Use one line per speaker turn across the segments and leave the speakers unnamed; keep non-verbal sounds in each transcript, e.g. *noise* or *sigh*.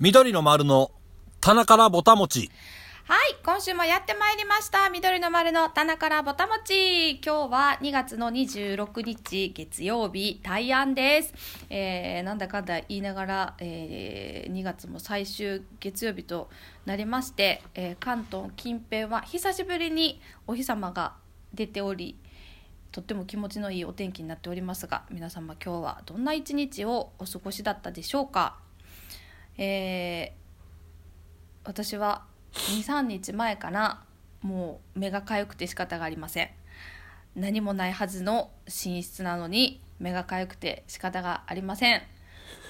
緑の丸の棚からぼたもち。
はい、今週もやってまいりました。緑の丸の棚からぼたもち。今日は2月の26日月曜日、大安です。えー、なんだかんだ言いながら、えー、2月も最終月曜日となりまして、えー関東近辺は久しぶりにお日様が出ており、とっても気持ちのいいお天気になっておりますが、皆様今日はどんな一日をお過ごしだったでしょうか。えー、私は23日前からもう目が痒くて仕方がありません何もないはずの寝室なのに目が痒くて仕方がありません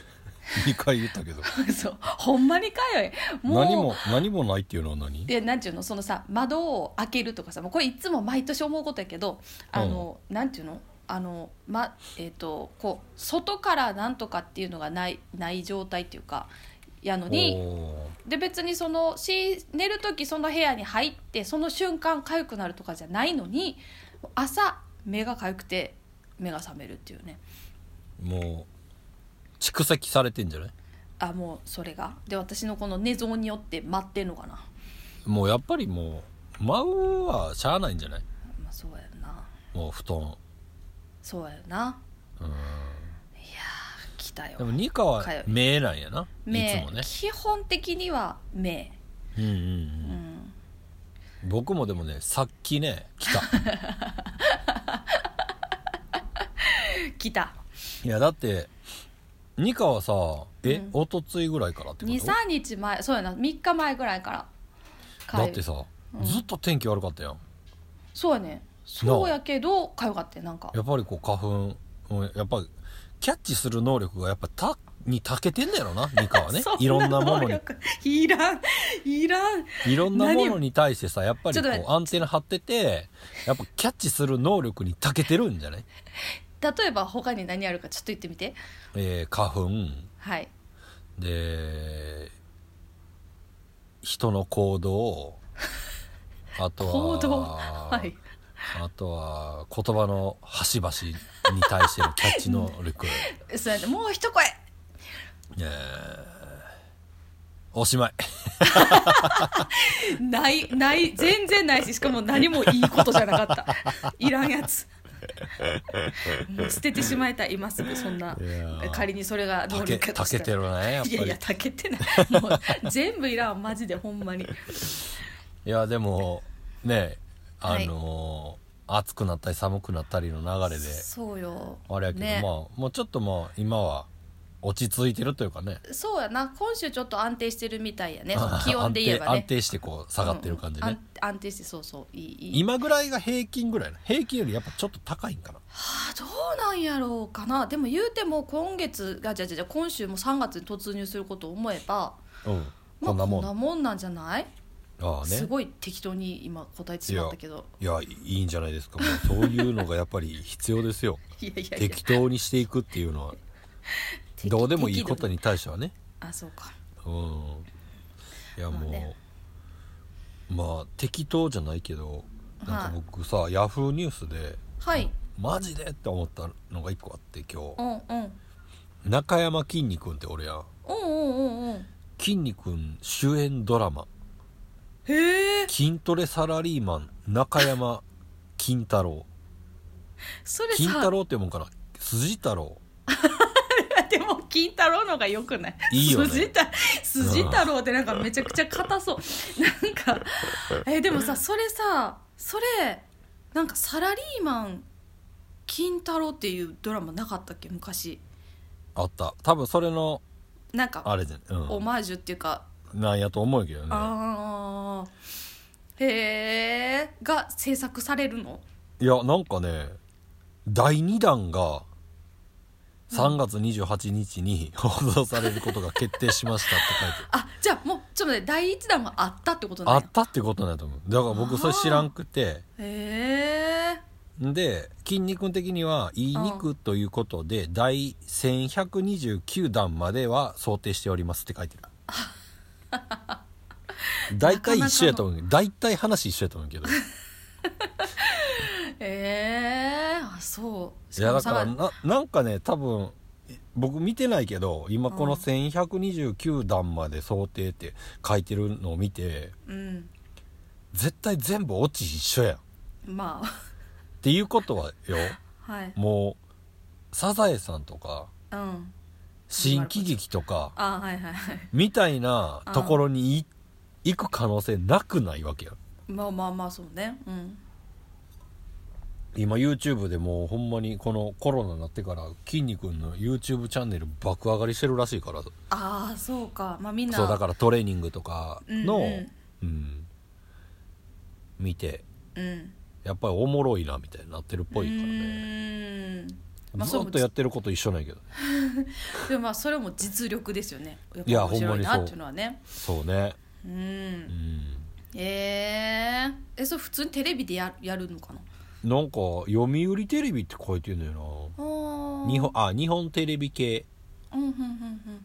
*laughs*
2回言ったけど。
そうほんまにかよい *laughs* もう
何も、何もないっていうのは何
いやなんていうのそのさ窓を開けるとかさもうこれいつも毎年思うことやけどあの、なんていうのあのまえっ、とこう外からなんとかっていうのがないない状態っていうかやのに
おー
で別にそのし寝る時その部屋に入ってその瞬間痒くなるとかじゃないのに朝目が痒くて目が覚めるっていうね
もう、蓄積されてんじゃない
あもうそれがで私のこの寝相によって待ってんのかな、
もうやっぱりもう、舞うはしゃあないんじゃない
まあ、そうやよな
もう布団。
そうやよな
うん。
いやー来たよ
でもニカは
かよ
目なんやな。い
目
つもね。
基本的には目
うんうん
う
うん。
ん
僕もでもね、さっきね、来
*laughs*
た。
来た
いやだって、ニカはさ、え
うん、
おとついぐらいからってこと
23日前そうやな3日前ぐらいから
だ
痒い
ってさ、
うん
ずっと天気悪かったやん。
そうやねそうやけど痒かったよなんか
やっぱりこう花粉をやっぱキャッチする能力がやっぱたに長けてんだよ
*laughs*
なミカはね
そ
いろんなもの
能
に
力いらんいらん
いろんなものに対してさやっぱり
ちょっと待
こ
っ
うアンテナ張っててやっぱキャッチする能力に長けてるんじゃない、
例えば他に何あるかちょっと言ってみて
えー花粉
はい
で人の行動あとは
行動はい
あとは言葉の端々に対してのキャッチ能力
*laughs* そうやってもう一声
えーおしまい
ないない全然ないししかも何もいいことじゃなかったいらんやつもう捨ててしまえた今すぐそんない
やー
仮にそれが
た
能
け
力
たけてるねやっぱり
いやいやたけてないもう全部いらんマジでほんまに
いやでもねあ
はい
のー暑くなったり寒くなったりの流れで
そうよ
あれやけど、
ね
まあもうちょっとまあ今は落ち着いてるというかね
そうやな今週ちょっと安定してるみたいやね
*laughs* 安定
気温で言えばね
安定してこう下がってる感じ
うんう
ね
ん、安安定してそうそういいいい
今ぐらいが平均ぐらいな平均よりやっぱちょっと高いんかな
あどうなんやろうかなでも言うても今月がじゃじゃじゃ今週も3月に突入することを思えば、
うん
ま
こ
あ、
んなもん、
こんなもんなんじゃない、
ああね
すごい適当に今答えてしまったけど
いやいいんじゃないですかもうそういうのがやっぱり必要ですよ
いやいやいや
適当にしていくっていう
*laughs*
のはどうでもいいこと
に
に対してはね
あそうか
うんいや
まあ
もう、
ね
まあ適当じゃないけどなんか僕さ、ヤフーニュースで
はい
マジでって思ったのが一個あって今
うんうんうん
日中山きんに君って俺やん
うんうんうん
きんに君主演ドラマ
へ
「
え
筋トレサラリーマン中山金太郎
*laughs* そ」れ
金太
さ
郎って読むんかな筋太郎
でも金太郎の方がよくない
いいよね
筋太筋太郎ってなんかめちゃくちゃ
*laughs*
硬そうなんかえでもさそれさそれなんかサラリーマン金太郎っていうドラマなかったっけ昔
あった多分それの
なんか
あれじゃん、
オマージュっていうか、
うん、なんやと思うけどね
ああへえが制作されるの
いやなんかね第2弾が3月28日に放送されることが決定しましたって書いて
あじゃあもうちょっと待って第一弾はあったってこと
あ
ね
ったってことなんやと思うだから僕それ知らんくて
へえ
で筋肉的にはいい肉ということで第1129弾までは想定しておりますって書いてる大体一緒やと思うけど大体話一緒やと思うけどい
ええあそうし
や
も
だ
さ
からななんかね多分僕見てないけど今こ
う
の
ん
1129段まで想定って書いてるのを見て
うん
絶対全部オチ一緒やんっ
ま
ていうことは
*laughs*
よ
あ *laughs* はい
もう「サザエさん」とか
うん
「新喜劇」とか
あはいはいはい *laughs*
みたいなところにい行く可能性なくないわけやん
まあまあまあそうねうん
今 YouTube でもうほんまにこのコロナになってから筋肉の YouTube チャンネル爆上がりしてるらしいから
ああそうかまあみんな
そうだからトレーニングとかの、
う
うんん
うん
見て
らうん
やっぱりおもろいなみたいになってるっぽいから
う
ね
ーんまあ
ず
そう
っとやってること一緒なんやけど
でもまあそれも実力ですよね
いや
っぱ面白いな
ほんまにそう
っていうのはね
そうね
う
うんん
えー、えそれ普通にテレビでややるのかな
なんか読売テレビって書いてんのよ
あー
な日本あ日本テレビ系
うんうんうん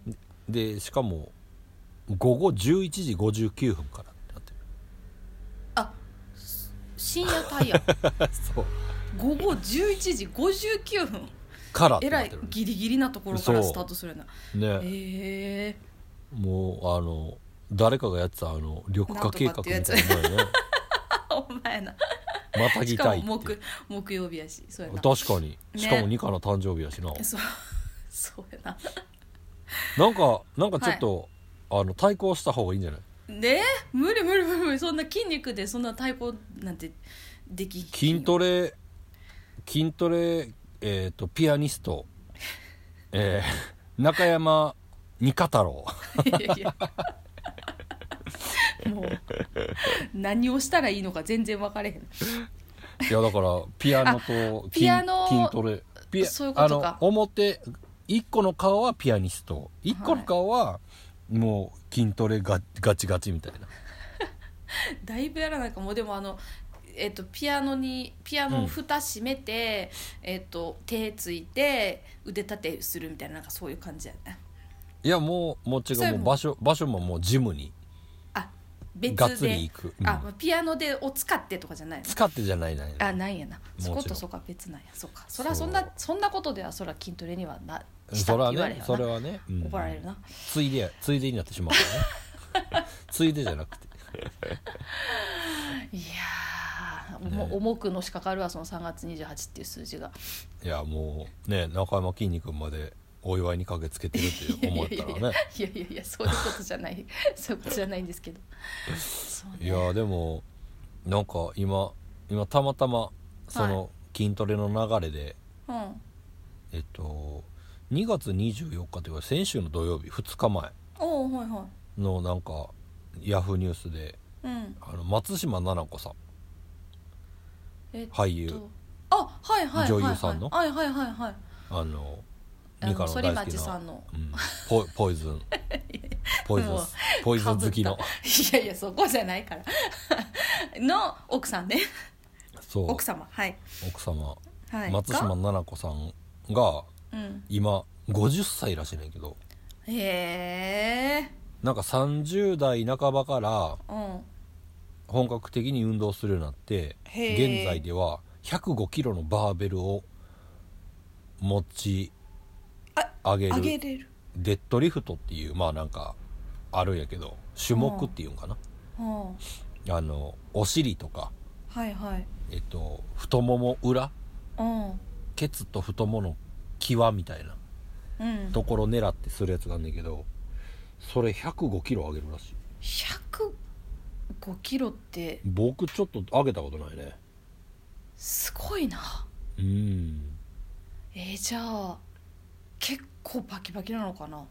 うん
でしかも午後11時59分からってなって
あす深夜
*laughs*
帯や
るそう
午後11時59分
からって
え
な
ら
っ
い
てる
ギリギリなところから
そう
スタートするな
ね
え
もうあの誰かがやってたあの緑化計画みたいなのね
ー、 *laughs* お前な
また
し
ぎ
か
たいっ
も
て
木木曜日やしそうやな
確かに
ね
しかもニカの誕生日やしな、
そうそうやな
なんかなんかちょっと、あの対抗した方がいいんじゃない
ね無理無理無理無理そんな筋肉でそんな対抗なんてできひん
筋トレ筋トレえっ、とピアニストえ
*laughs*
ー中山二課太郎
いやいやもう何をしたらいいのか全然分かれへん
いやだからピアノと筋
ピアノ
筋トレピア
そういうことか
あの表一個の顔はピアニスト一個の顔はもう筋トレがガチガチみたいな
だいぶやらないかもうでもあのえっとピアノにピアノを蓋閉めて、えっと手ついて腕立てするみたいななんかそういう感じやね
いやもうもう違
それ
うも
も
う場所場所ももうジムに
あ別
がっつ
で
り行く、うん
あまあピアノでを使ってとかじゃないの
使ってじゃないない
あないんやな
ち
そ
ろん
ことそこは別なんやそうかそりゃそ
そうん
なそんなことではそりゃ筋トレにはなした
そ
っ
れは
て言われへ
ね
んわ
それ
な
はね、うん
怒られるな
ついでやついでになってしまうからね *laughs* ついでじゃなくて
いやー
ね
重重くのしかかるわその3月28っていう数字が
いやもうね中山きんに君までお祝いに駆けつけてるって思ったらね
いやいやいやそういうことじゃない *laughs* そういうことじゃないんですけどそう
い
ね
やでもなんか今今たまたまその筋トレの流れで、
うん
えっと2月24日というか先週の土曜日2日前
おおはいは
のなんかヤフーニュースで
いうん
あの松島菜々子さん
えっと
俳優
あはいはいはい、はい、
女優さんの
はいはいはいはい
あの
あ
ニカ
の
の
反
大好き
町さ
なん
の
うん、ポポイズ
*laughs*
ンポイズン
もう
ポイズン好きの
かぶ *laughs* ったいやいやそこじゃないから *laughs* の奥さんね
そう
奥様はい
奥様
はい
松島菜
が
々子さんが
うん
今50歳らしいねんけど
へえ
なんか30代半ばから
うん
本格的に運動するようになって
へー
現在では105キロのバーベルを持ち
あ
上げ
あげ
る
れる
デッドリフトっていうまあなんかあるんやけど種目っていうんかな、
うん
あのお尻とか、
はいはい
えっと、太もも裏
うん
ケツと太ももの際みたいな
うん
ところ狙ってするやつがあんねんけどそれ105キロ上げるらしい
105キロって
僕ちょっと上げたことないね
すごいな
うん
えー、じゃあ結構バキバキなのかな
な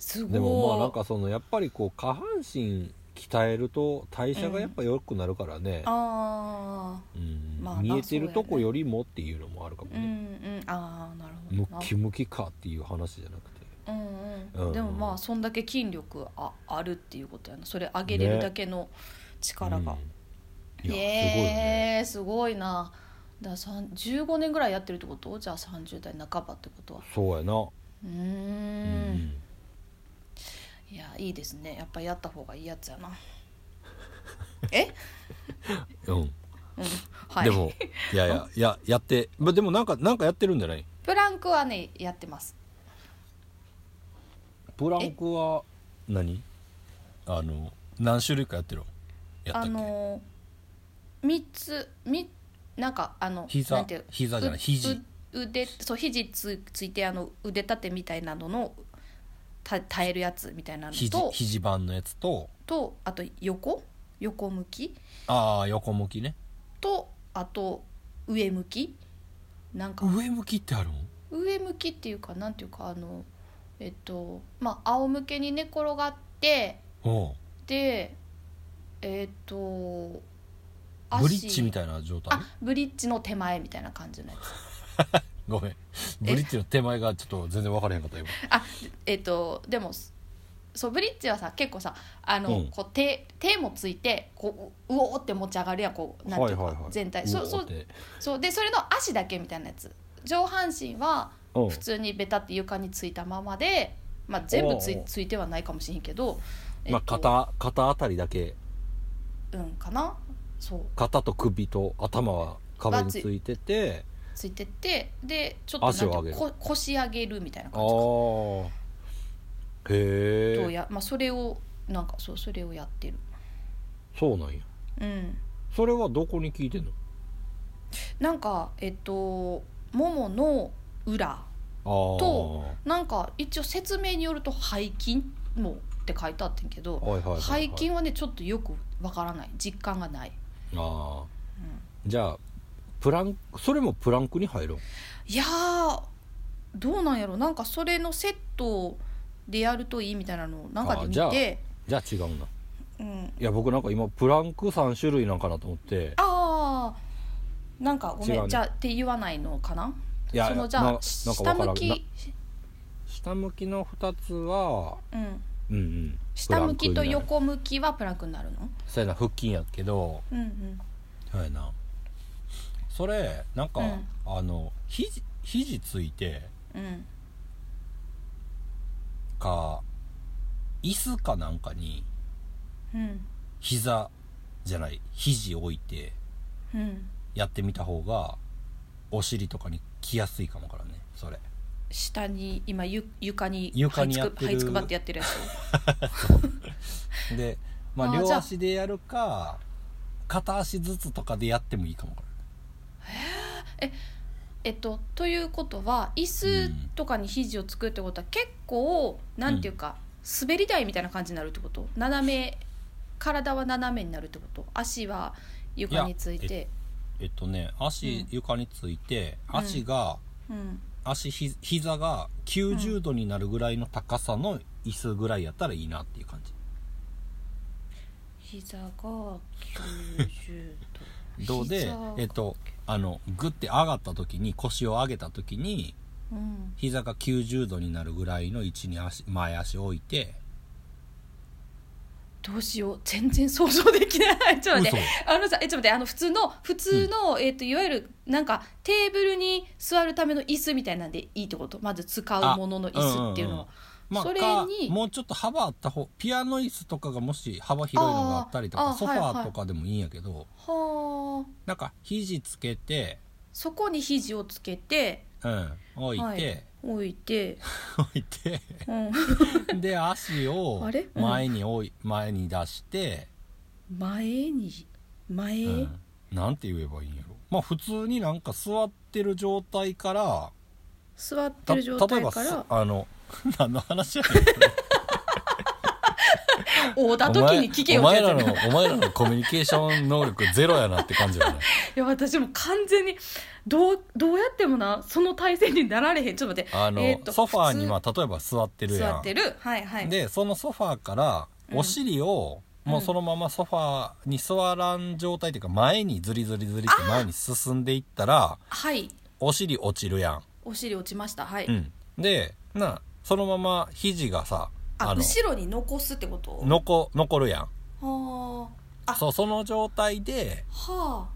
すごい
でもまあなんかそのやっぱりこう下半身鍛えると代謝がやっぱ良くなるからね、
あ
うん
まあ
見えてるとこよりもっていうのもあるかも
ーうん
ね、
うんああなるほ
ム
ど
ッキムキかっていう話じゃなくて
なうんう
うんん
でもまあそんだけ筋力ああるっていうことやなそれ上げれるだけの力が、
うんいや、
えー、すごいなだからさん15年ぐらいやってるってことじゃあ30代半ばってことは
すごいねそうやな、
うー
うん
いやいいですねやっぱりやった方がいいやつやなえ、
うん
うん、はい
でもいやいやいややってまでもなんかなんかやってるんじゃない
プランクはねやってます
プランクは何あの何種類かやってるやったっ
あ
け、
の三つみなんかあの
膝
なんていう
膝じゃないう肘
う腕そう肘つついてあの腕立てみたいなののた耐えるやつみたいなの
肘
と
肘盤のやつと
とあと横横向き
ああ横向きね
とあと上向きなんか
上向きってあるの
上向きっていうかなんていうかあのえっとまあ仰向けに寝転がって
おう
でえっと足
ブリッジみたいな状態
あブリッジの手前みたいな感じのやつ
ごめんブリッジの手前がちょっと全然分からへんかった今
あえっとでもそうブリッジはさ結構さあの、
うん
こう手手もついてこううおーって持ち上がるやんこうなんていうか、
はいはいはい
全体そう
お
そ
お
う
て
そうでそれの足だけみたいなやつ上半身は
うん
普通にベタって床についたままで、まあ、全部つ
おうお
いうついてはないかもしれんけど、
まあ
えっと
肩肩あたりだけ
うんかなそう
肩と首と頭は壁についてて
ついてってでちょっとなんて
足
い
を上
う
げる
こ腰上げるみたい
あ
な
あ
感じか
ーへ
どう
え
や、まあ、それをなんかそうそれをやってる
そうなんや
うん
それはどこに効いてんの
なんかえっとももの裏
あー
となんか一応説明によると背筋もって書いてあってんけど、
はいはいはいはい
背筋はねちょっとよくわからない実感がない、
ああ
うん、
じゃあプランクそれもプランクに入るん
いやーどうなんやろなんかそれのセットでやるといいみたいなのをなんかで
あ
見
じゃあ
て
じゃあ違うな
あ,、うん、
いや僕なんか今プランク3種類なんかなと思って
あーなんかごめ
違
ん、
うね
じゃあって言わないのかない
や
そのじ
な
ゃ
なん
あ
か
下
わから
向
ん
き
な、下向きの2つは
うん、
うんうん
下向き
プラ
と
ンクになる
横向きはプランクになるの
そうやな腹筋やけど
うんうん
そうやなそれなんか、
うん
あの肘肘ついて
うん
か椅子かなんかに
うん
膝じゃない肘置いて
うん
やってみた方がお尻とかに来やすいかもからねそれ
下に今ゆ床に
床にやってる
はいつくはいつくばってやってるやつ
で、まあ、
あー
両
じゃあ
足でやるか片足ずつとかでやってもいいかもから
えっとということは椅子とかに肘をつくってことは結構なんていうか、滑り台みたいな感じになるってこと斜め体は斜めになるってこと足は床について
いえっとね足
うん
床について、
うん
足が
うん
足ひ膝が90度になるぐらいの高さの椅子ぐらいやったらいいなっていう感じ
膝が90度
どうで
膝が
えっとあのグッて上がった時に腰を上げた時に
うん
膝が90度になるぐらいの位置に足前足を置いて
どうしよう全然想像できない *laughs* ちょっと待ってあのさえちょっと待ってあの普通の普通の、えっといわゆるなんかテーブルに座るための椅子みたいなんでいいってことまず使うものの椅子っていうのは、
まあ、
それ
か
に
もうちょっと幅あった方ピアノ椅子とかがもし幅広いのがあったりと
あー
か
あー
ソフ
は
ァ
いは
ー
い
とかでもいいんやけど、
はあ
なんか肘つけて、
そこに肘をつけて
うん、置いて、
は置いて、
置いて
うん、
で足を
*laughs* あれうん
前におい前に出して、
前に前、
うん、なんて言えばいいんやろまあ普通になんか座ってる状態から
座った
例
てる状
え
態
ば
か
す
ら
あの *laughs* 何の話やねん
*laughs* おだ
お
時
前
に聞けよ
お
って
前
や
ら
つやな
の
い
お前らのコミュニケーション能力ゼロやなって感じだね
や私も完全にどうどうやってもなその体勢になられへんちょっと待って
あの、
えーと
ソファーに
普通
まあ例えば座ってるやん
座ってるはいはい
でそのソファーから
うん
お尻を、もうそのままソファーに座らん状態っていうか前にズリズリズリって前に進んでいったら
はい
お尻落ちるや
お尻落ちましたはい、
ん、うん、でなそのまま肘がさ
あ
の
後ろに残すってこと
残残るやん
はああ
そうその状態で
は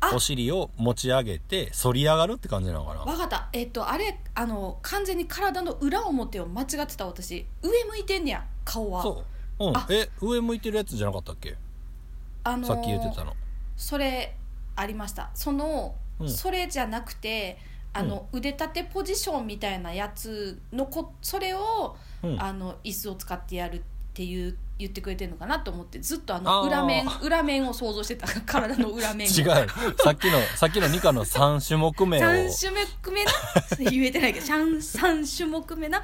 あ
お尻を持ち上げて反り上がるって感じなのか
あ
な
わかったえっとあれあの完全に体の裏表を間違ってた私上向いてんねや顔は
そううん
あ
え上向いてるやつじゃなかったっけ
あのー
さっき言ってたの
それありましたその、
うん
それじゃなくてあの、腕立てポジションみたいなやつのこそれを、
うん
あの椅子を使ってやるっていう言ってくれてるのかなと思ってずっとあ
あ
の
ー
裏面裏面を想像してた *laughs* 体の裏面
*laughs*
を
違うさっきのさっきの2課の3種目目を
3種目目な *laughs* 言えてないけど 3, 種目目な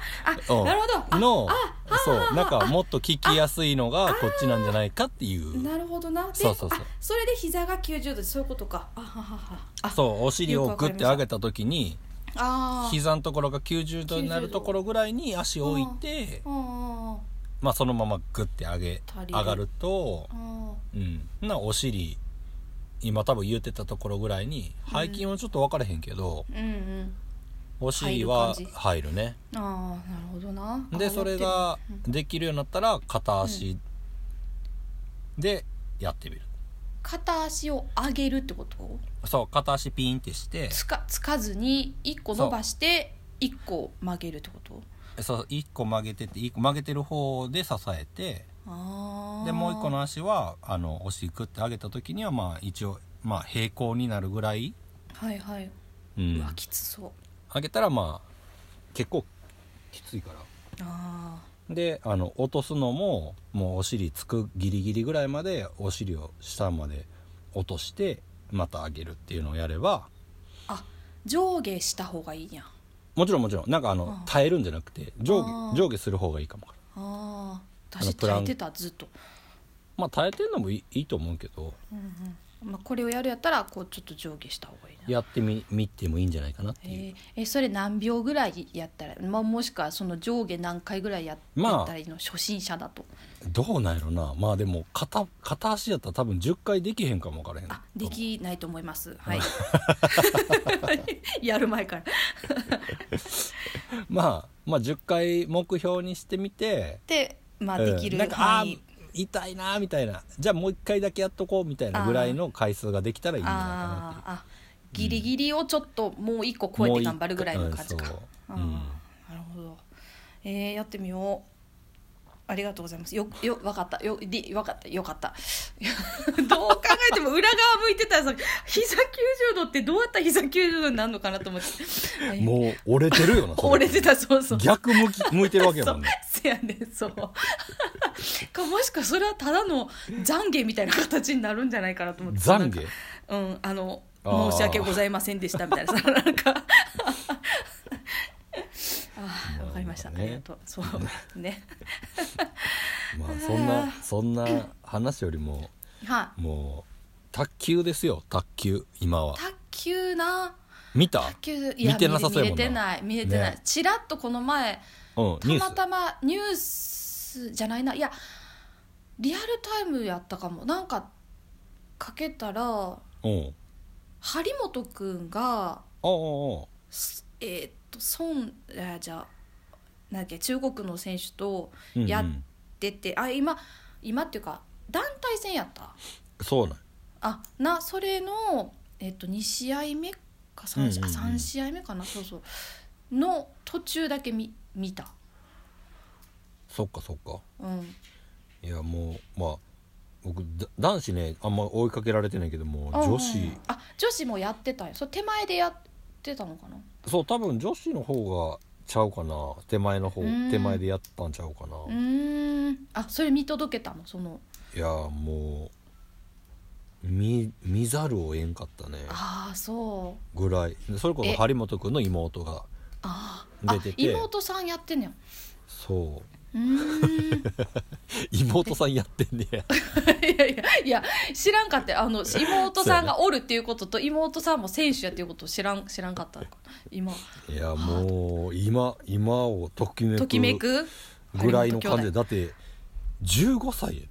あ、
うん
なるほどあ
の
あ
そう
あ
なん
あ
かもっと聞きやすいのがこっちなんじゃないかっていう
なるほどなで
そうそうそう
あそれで膝が90度そういうことかあはははあ
そうお尻をグッて上げた時に
あー
膝のところが90度になるところぐらいに足を置いて
あー
まあそのままグッて上げ
足りる
上がると
あー
うんなお尻今多分言ってたところぐらいに背筋はちょっと分からへんけど、
うんうん
お尻は
入る感じ
入るね
ああなるほどな
でそれができるようになったら片足でやってみる、
片足を上げるってこと
そう片足ピーンってして
つかつかずに1個伸ばして1個曲げるってこと
そう1個曲げてて1個曲げてる方で支えて
ああ
でもう1個の足はあのお尻グッて上げた時にはまあ一応、まあ、平行になるぐらい、
はいはい、
うん
うわきつそう
上げたらまあ結構きついから
あ
であの落とすのももうお尻つくギリギリぐらいまでお尻を下まで落としてまた上げるっていうのをやれば
ああ上下した方がいいやん
もちろんもちろんなんかあの
あ
耐えるんじゃなくて上
あ
下
ー
上下する方がいいかも
ああ
あの
私
プラン
耐えてたずっと、
まあ耐えてんのもいいいいと思うけど
うんうんまあ、これをやるやったらこうちょっと上下した方がいいな
やってみ見てもいいんじゃないかなって
え
いう、
ーえそれ何秒ぐらいやったら、まあ、もしくはその上下何回ぐらいや,、
まあ
やったらいいの初心者だと
どうなんやろなまあでも片片足やったら多分10回できへんかも分からへん
あできないと思います
*laughs*
はい *laughs* やる前から
まあまあ10回目標にしてみて
でまあ
うん
できる
なんかあ
範
ー
囲、
痛いなーみたいなじゃあもう一回だけやっとこうみたいなぐらいの回数ができたらいいんじゃないかな
あ
って
ーあギリギリをちょっともう一個超え
もう
て
一
頑張るぐらいの感じか
うんそう、
あー
うん
なるほどえー、やってみようありがとうございますよよわかったよりわかったよかった *laughs* どう考えても裏側向いてたらさ膝90度ってどうやったら膝90度になるのかなと思って
いうもう折れてるよなそれ
*laughs* 折れてたそうそう
逆向き向いてるわけや
*laughs*
もんね
そうせやねんそうかもしくはそれはただの懺悔みたいな形になるんじゃないかなと思って
懺悔
なんかうんあの
あー
申し訳ございませんでしたみたいなさなん
*laughs*
かあーわかりました、
まあ
あ
ね
りがとうそうね
まあそんなそんな話よりも
は
もう卓球ですよ卓球今はい
卓球な
見た
卓球いや
見てなさそうやもんな
見れてない見れてない、
ね
ちらっとこの前
うん
た
ニュー
ま
ス
たまニュースじゃないないやリアルタイムやったかもなんかかけたら
うん
張本君が
ああ
すえーっと孫あじゃあなんだっけ中国の選手と
ああ
や
うんうん
出て、あ今今っていうか団体戦やった
そうなん
あなそれの、えっと、2試合目か 3,、
うんうんうん
あ3試合目かなそうそうの途中だけ見見た、
そっかそっか
うん、
いやもうまあ僕だ男子ねあんま追いかけられてないけども女子
うんあ女子もやってたよそれ手前でやってたのかな
そう多分女子の方がちゃうかな手前の方
うん
手前でやったんちゃうかな
うーんあそれ見届けたのその
いやもう見見ざるをえんかったね
ああそう
ぐらいそれこそ
え
張本君の妹が
あーあ
出てて
妹さんやってんねん
そう
うーん
妹さんやってんねや
いやいやいや知らんかったあの妹さんがおるっていうことと妹さんも選手やっていうことを知らん知らんかった今
*laughs* いやもう今今をときめく
ときめく
ぐらいの感じで
張本兄弟
だって15歳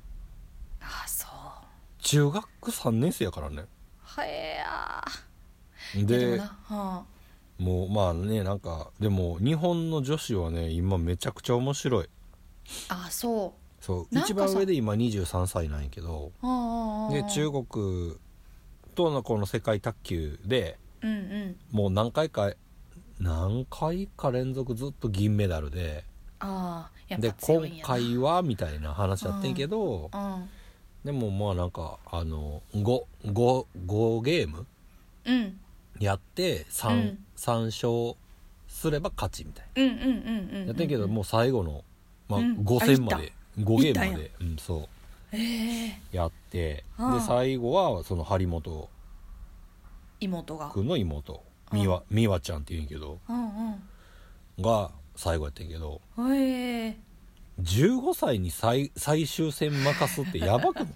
ああそう
中学3年生やからね
はえやーでも
で
な、は
もうまあねなんかでも日本の女子はね今めちゃくちゃ面白い
あ、あそ
そう
なんか
一
さ
番上で今23歳なんやけど
うああ
で中国とのこの世界卓球で
うんうん
もう何回か何回か連続ずっと銀メダルで
ああやっ
で
ぱ強
今
いんやな
回はみたいな話やってんけど
うん
でもまあなんかあの 5, 5, 5ゲーム
うん
やって 3,、
うん
三勝すれば勝ちみたい
うんうんうんうんうん
なやってんけどもう最後の、まあ、
うん
5戦ま
あい
で
っ、
5ゲー
いっ
ム
た
ま
んや
で、うん、そう
ええ
やって
ああ
で最後はその張本
妹が
君の妹美和美和ちゃんって言うんやけど
うん
が最後やってんけど
うんええ
15歳に最最終戦任すってやばくな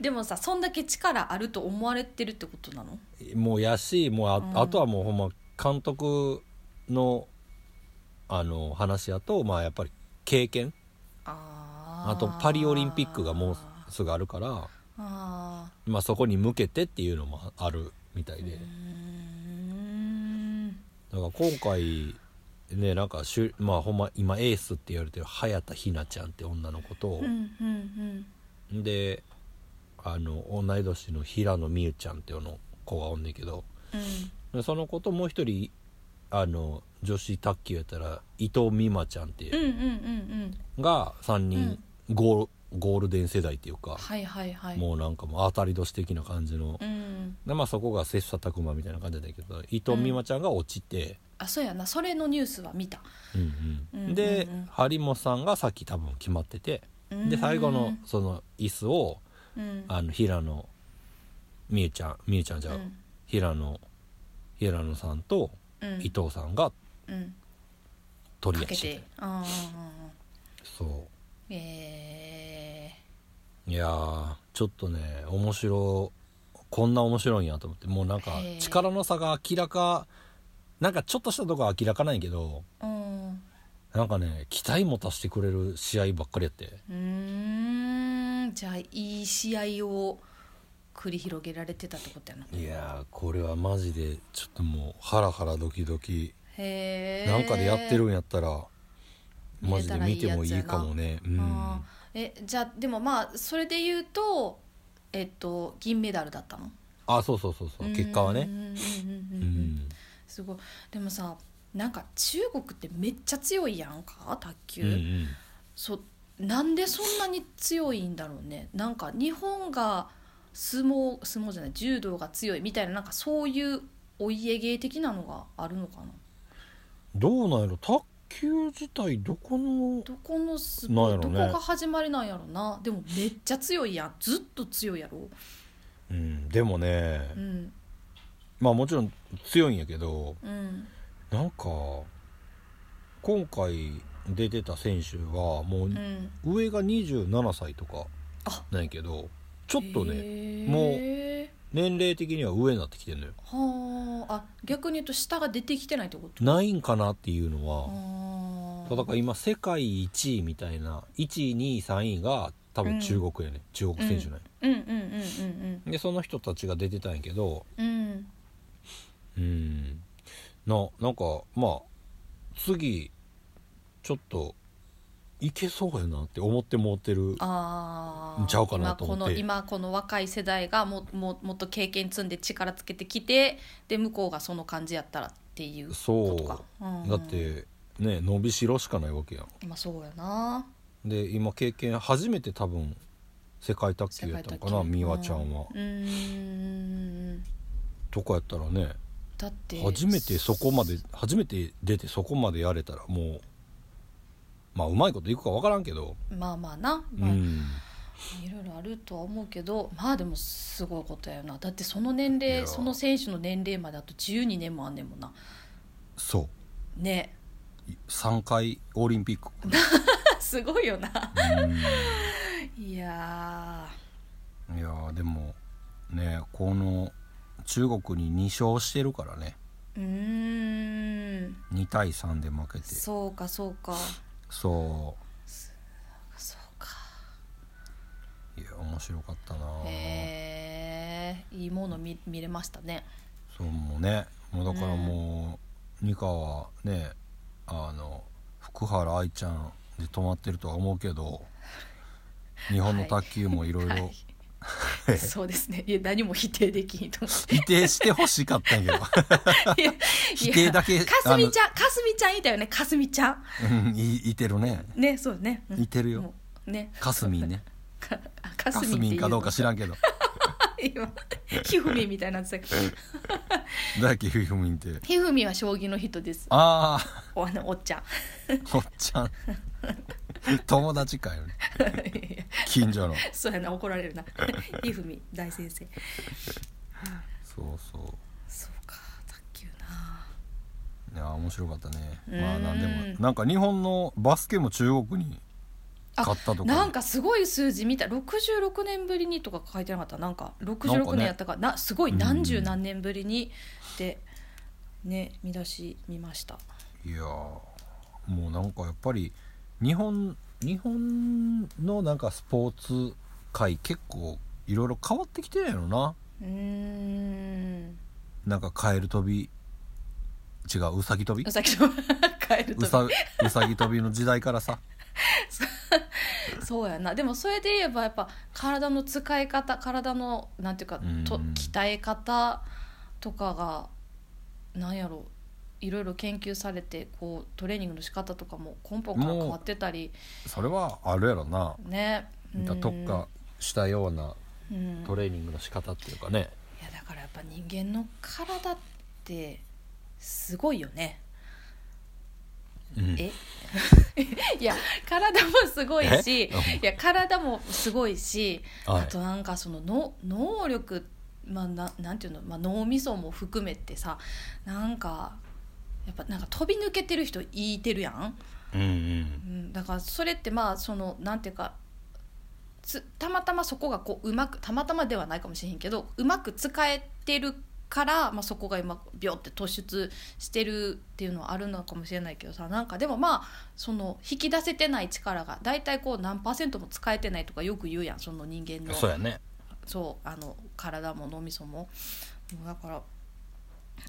でもさそんだけ力あると思われてるってことなの
いもうやしもうあ,、
うん
あとはもうほんま監督のあの話やとまあやっぱり経験
あー
あとパリオリンピックがもうすぐあるから、
あ
まあ、そこに向けてっていうのもあるみたいで、
ーうーん
だから今回ねなんかしゅまあほんま今エースって言われてる早田ひなちゃんって女の子と
うんう、ん
であの同い年の平野美宇ちゃんっていうの子がおんねんけど
うんうん
でその子ともう一人あの女子卓球やったら伊藤美誠ちゃんって
うん
いう、
うんうんうん
が3人、ゴールゴールデン世代っていうか、
はいはいはい
もうなんかもう当たり年的な感じの、
うん
でまあ、そこが切磋琢磨みたいな感じだけど伊藤美誠ちゃんが落ちて、
あそうやなそれのニュースは見た
うんうん
うん
で
うんうん
張本さんがさっき多分決まっててで最後のその椅子を
うん
あの平野美宇ちゃん美宇ちゃんじゃ
う
あ、
ん
平野平野さんと
うん
伊藤さんが
うん
取り
か
合い
け
して
てああ
そう
え
いやーちょっとね面白こんな面白いんやと思ってもうなんか
へー
力の差が明らかなんかちょっとしたとこは明らかなんやけど
ーうんう
なんかね期待も足してくれる試合ばっかりやって
ーんじゃあいい試合を繰り広げられてたってことやない
やーこれはマジでちょっともうハラハラドキドキ
へえ
なんかでやってるんやったらマジで見てもいいかもねうん
あーえじゃあでもまあそれで言うとえっと銀メダルだったの
あそうそうそうそう結果は
う
ね
んうんうん
う
うんうんうん
ん
すごいでもさなんか中国ってめっちゃ強いやんか卓球、
うんうん
そなんでそんなに強いんだろうねなんか日本が相撲相撲じゃない柔道が強いみたいななんかそういうお家芸的なのがあるのかな
どうなんやろ卓球自体どこの
どこのス
なんやろ
ポど
ね
こが始まりなんやろなでもめっちゃ強いやんずっと強いやろ
うんでもね、
うん
まあもちろん強いんやけど
うん
なんか今回出てた選手はも
うん
う上が27歳とか
あ
なんやけどちょっとね
ね
年齢的には上になってきてんのよ
もうはああ逆に言うと下が出てきてないってこと
ないんかなっていうのは
あ
そうだから今世界1位みたいな1位2位3位が多分中国やね、中国選手なんや、
うんうんうんうん
でその人たちが出てたんやけど
うんうん
うんななんかまあ次ちょっといけそうやなって思ってもうてる
あー
ちゃうかなと思って
今この今この若い世代がもももっと経験積んで力つけてきてで向こうがその感じやったらっていう
そう
ことか、うん
だってね伸びしろしかないわけやん
まあそうやな
で今経験初めて多分世界卓球やったのかな美和ちゃんは、
うーん
とかやったらね
だって
初めてそこまで初めて出てそこまでやれたらもうまあうまいこといくか分からんけど、
まあまあな、
う
まあ
ん、
いろいろあるとは思うけどまあでもすごいことやよなだってその年
い
齢
や
その選手の年齢まであと12年もあんねんもんな
そ
ね *laughs*
う3回オリンピック、
すごいよな
うん
*laughs* いや
いやーでもねこの中国に2勝してるからね
ーうーん
2対3で負けて
そうかそうか
そ
そうか
ういや面白かったなー
へえいいもの見見れましたね
そうもうねもうだからもう二課はねあの福原愛ちゃんで止まってるとは思うけど日本の卓球もいろいろ
はい
*laughs*
そうですねいや何も否定できんと思う
否定してほしかった
*laughs*
んやけど
いや
*laughs* 否定だけ
いやかすみちゃんかすみちゃんいたよねかすみちゃん
うんいいてるね
ねそうね、うん
いてるよ
もうね
かすみんね
かあ
か
かす
す
みんって
み
い
ん
う
かどうか知らんけど
今ひふみみたいになってたけど
大輝ひふみんって
ひふみは将棋の人です
ああ
おあのおっちゃん *laughs*
おっちゃん *laughs* 友達かよね近所の
そうやな怒られるな *laughs* ひふみ大先生
そうそ
そうか卓球な
ういや面白かったね
うーん
まあ何でもなんか日本のバスケも中国に勝ったとかね
なんかすごい数字見た66年ぶりにとか書いてなかったなんか
なんか
66
ね
年やったからな、すごい
うん
何十何年ぶりにでね見出し見ました
いやーもうなんかやっぱり日本日本のなんかスポーツ界結構いろいろ変わってきてるやろな
うーん
なんかカエル跳び違うウサギ跳び
うさぎ *laughs* とカエル
う
と
さうさぎ跳びの時代からさ
そうやなでもそれで言えばやっぱ体の使い方体のなんていうかと
うん
鍛え方とかがなんやろいろいろ研究されてこうトレーニングの仕方とかも根本から変わってたり
それはあるやろな
ね
だ
うん
特化したような
うん
トレーニングの仕方っていうかね
いやだからやっぱ人間の体ってすごいよね。
うん
え *laughs* いや体もすごいしい
え
や体もすごいし、
はい
あとなんかそのの能力まあななんていうの、まあ、脳みそも含めてさなんかやっぱなんか飛び抜けてる人いてるやん。
うん
うん、だからそれってまあそのなんていうかつたまたまそこがこううまくたまたまではないかもしれへんけどうまく使えてるから、まあ、そこが今ビョって突出してるっていうのはあるのかもしれないけどさなんかでもまあその引き出せてない力が大体こう何パーセントも使えてないとかよく言うやんその人間
うん
の
そうやね
そうあの体も脳みそももうだから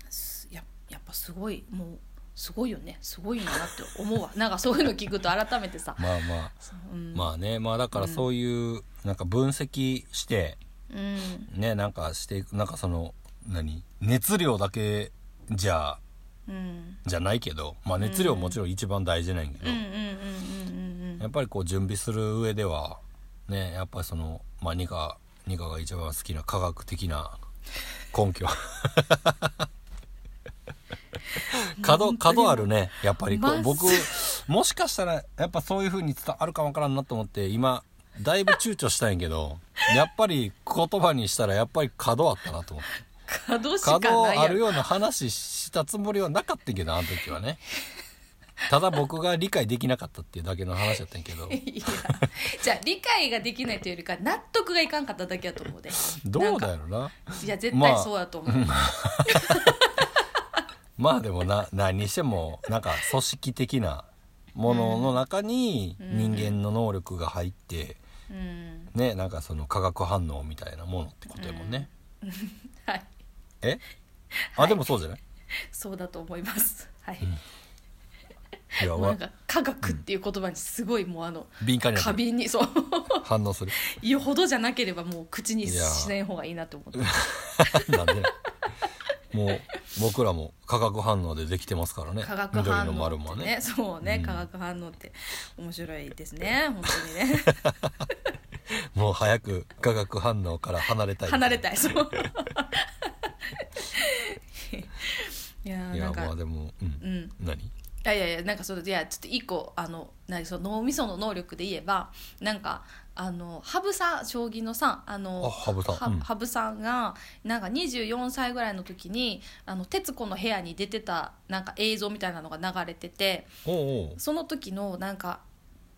すややっぱすごいもうすごいよねすごいんだなって思うわなんかそういうの聞くと改めてさ、
まあまあ
うん、
まあねまあだからそういうなんか分析して
うん
ねなんかしていくなんかその何熱量だけじゃ
うん
じゃないけどまあ熱量もちろん一番大事なんやけど、
うんうんうんうんうん
やっぱりこう準備する上ではねやっぱりそのまあニカニカが一番好きな科学的な根
*laughs*
拠角角あるねやっぱりこ
まっ
う僕
す
もしかしたらやっぱそういう風に伝わるかわからんなと思って今だいぶ躊躇したんやけ
*laughs*
どやっぱり言葉にしたらやっぱり角あったなと思って
角しか
角
ないや
あるよ
ろ
うな話したつもりはなかったけどあの時はねただ僕が理解できなかったっていうだけの話だったんやけど
いやじゃあ理解ができないというよりか納得がいかんかっただけやと思うで
どうだよな。
いや絶
ま
対
あ
そうやと思う、
まあでもな何にしてもなんか組織的なものの中に人間の能力が入って、
うん
ねなんかその化学反応みたいなものってことやもんね。
*laughs* はい
えあ、でもそうじゃない
そうだと思いますはい、
いや
な
わ
んか科学っていう言葉にすごいもうあの、
敏感になって
過
る
敏にそう
反応する。 *laughs*
よほどじゃなければもう口に
いやー
しない方がいいなと思って
なんでもう僕らも化学反応でできてますからね
化学反
緑の
応
丸
っ
も
てね
ね。
そうね、
うん
化学反応って面白いですね本当にね
もう早く化学反応から離れたい。
離れたいそう
*laughs*
いやー
い
な
や
んか
まあでも、うん
うん
何
いやいやいやなんかそのいやちょっと一個あのなその脳みその能力で言えばなんかあの羽生さん将棋のさあの
あ羽生さん
は
うん
羽生さんがなんか24歳ぐらいの時に「あの徹子の部屋」に出てたなんか映像みたいなのが流れてて
おうおう
その時のなんか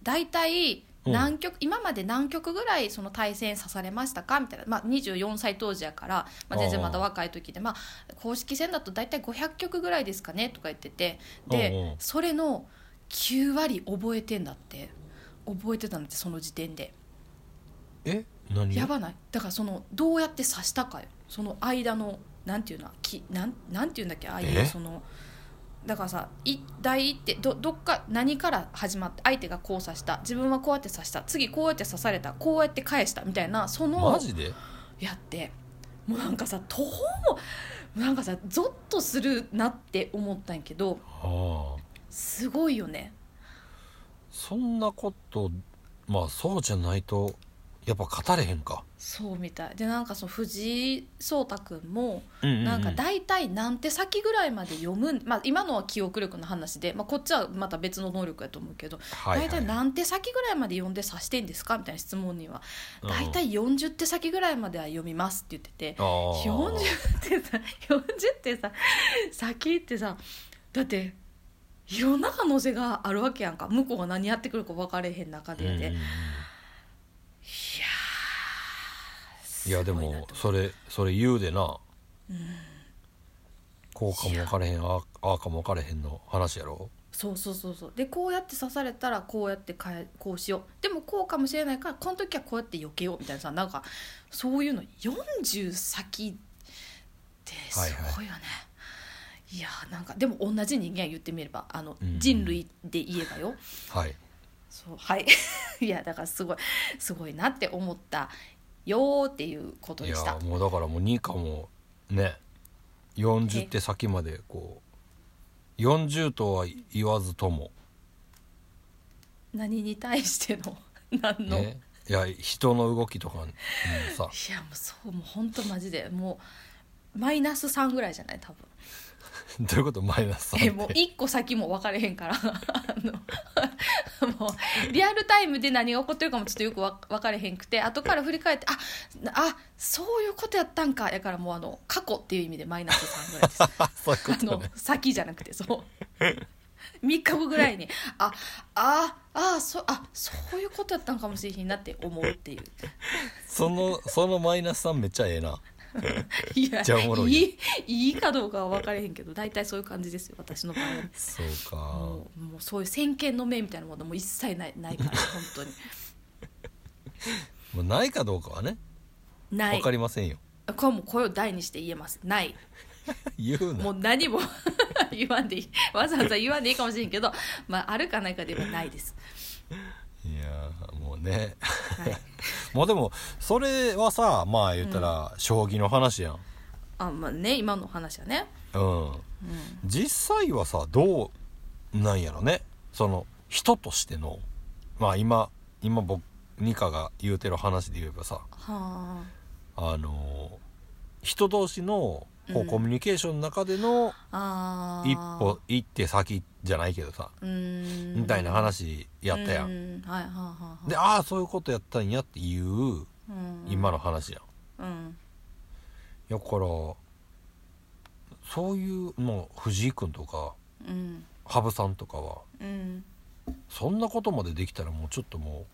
大体
うん
何曲、今まで何曲ぐらいその対戦さされましたかみたいな、まあ、24歳当時やから、まあ、全然まだ若い時で、まあ、公式戦だと大体500曲ぐらいですかねとか言っててで、
うんうん
それの9割覚えてんだって覚えてたんだってその時点で
え何
やばないだからそのどうやって指したかよその間のなんていうのきなんなんていうんだっけああい
え
うそのだからさい第一ってどどっか何から始まって相手がこう指した自分はこうやって指した次こうやって指されたこうやって返したみたいなその
マジで
やってもうなんかさ途方もなんかさゾッとするなって思ったんやけど
ああ。
すごいよね
そんなことまあそうじゃないとやっぱ勝たれへんか、
そうみたいでなんかその藤井聡太君も
うんうんうん
なんか大体何手先ぐらいまで読むん、まあ、今のは記憶力の話で、まあ、こっちはまた別の能力やと思うけど、
はいはい
大体何手先ぐらいまで読んで指してんですかみたいな質問には大体40手先ぐらいまでは読みますって言ってて
あー
40ってさ40ってさ先ってさだっていろんな可能性があるわけやんか向こうが何やってくるか分かれへん中でで、
うん
い
うん
や
うん
ー
いやです
ごなと思
も
って
それそれ言うでな、こうかも分かれへんああああかも分かれへんの話やろ
そうそうそうそうでこうやって刺されたらこうやって変えこうしようでもこうかもしれないからこの時はこうやって避けようみたいなさなんかそういうの40先ってすごいよね、いやーなんかでも同じ人間言ってみればあの、
うん
人類で言えばよ
はい
そうはい *laughs* いやだからすごいすごいなって思ったよーっていうこと
い
で
や
した
もうだからもう2かもね40手先までこう40とは言わずとも
何に対しての *laughs* 何の、
ねいや人の動きとかもさ
*laughs* いやもうそうもう本当マジでもうマイナス3ぐらいじゃない多分
どういうことマイナス
え
3
もう
って
一個先も分かれへんからあのもうリアルタイムで何が起こってるかもちょっとよくわ分かれへんくて後から振り返ってあなあそういうことやったんかやからもうあの過去っていう意味でマイナス3ぐらいです
*laughs* *laughs*
あ
そういうこと
の
ね
先じゃなくてそう3日後ぐらいにあああそあそういうことやったんかもしれへんなって思うっていう
そのそのマイナス3めっちゃええない
や
じゃあおもろい
いいいいかどうかは分かれへんけど大体そういう感じですよ私の場合は。
そうか
もうもうそういう先見の明みたいなものも一切ないないから本当
*laughs*
に
もうないかどうかはね
な
分
い
かりませんよ *laughs*
これはもう声を大にして言えますない
言う *laughs*
も
な
う何も *laughs* 言わんでいいわざわざ言わんでいいかもしれんけど、まあ、あるかないかではないです、
いやーもうね *laughs*
はい、
もうでもそれはさまあ言ったら将棋の話やん
あまあね今の話はね、
うん
うん、
実際はさどうなんやろねその人としてのまあ今今僕ニカが言うてる話で言えばさ
はあ
あのー人同士のこ
う
うんコミュニケーションの中での
あー
一歩一手先じゃないけどさ
うーん
みたいな話やったや。
うんーんはいはいはいはい
でああそういうことやったんやっていう
うん
今の話やん。
うん
だからそういうもう藤井君とか
うん
羽生さんとかは
うん
そんなことまでできたらもうちょっとも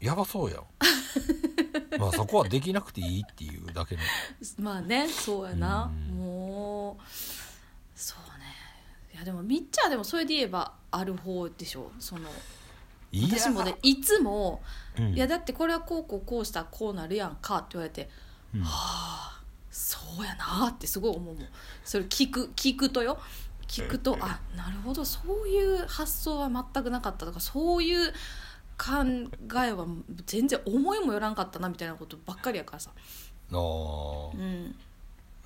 うやばそう
*laughs*
やんまあそこはできなくていいっていうだけの
まあねそうやな、
うん
もうそうねいやでもみっちゃんはでもそれで言えばある方でしょその
いや
私もねいつも
うん
「いやだってこれはこうこうこうしたらこうなるやんか」って言われて
うん
「はあそうやな」ってすごい思うもんそれ聞く聞くとよ聞くとあなるほどそういう発想は全くなかったとかそういう考えは全然思いもよらんかったなみたいなことばっかりやからさ
あー
うん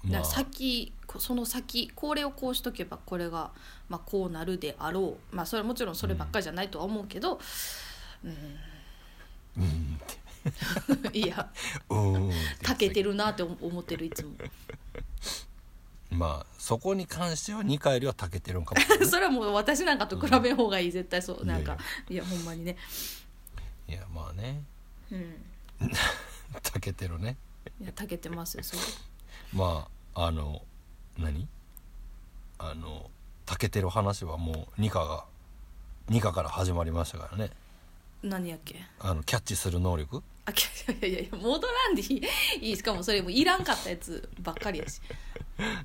ま
だ
あ
から先こその先これをこうしとけばこれが、まあ、こうなるであろうまあそれはもちろんそればっかりじゃないとは思うけど、
うんって
*laughs* いや
うーんって
たけてるなって思思ってるいつ *laughs* も
まあそこに関しては2回よりはたけてるんかもしれない
それはもう私なんかと比べん方がいい絶対そうなんかいやほんまにね
いやまあね
うん
たけてるね
いやたけてますよそう
まああの何あのたけてる話はもう2課が2課から始まりましたからね
何やっけ
あのキャッチする能力
あき *laughs* いやいやいや戻らんでいいいいしかもそれもいらんかったやつばっかりやし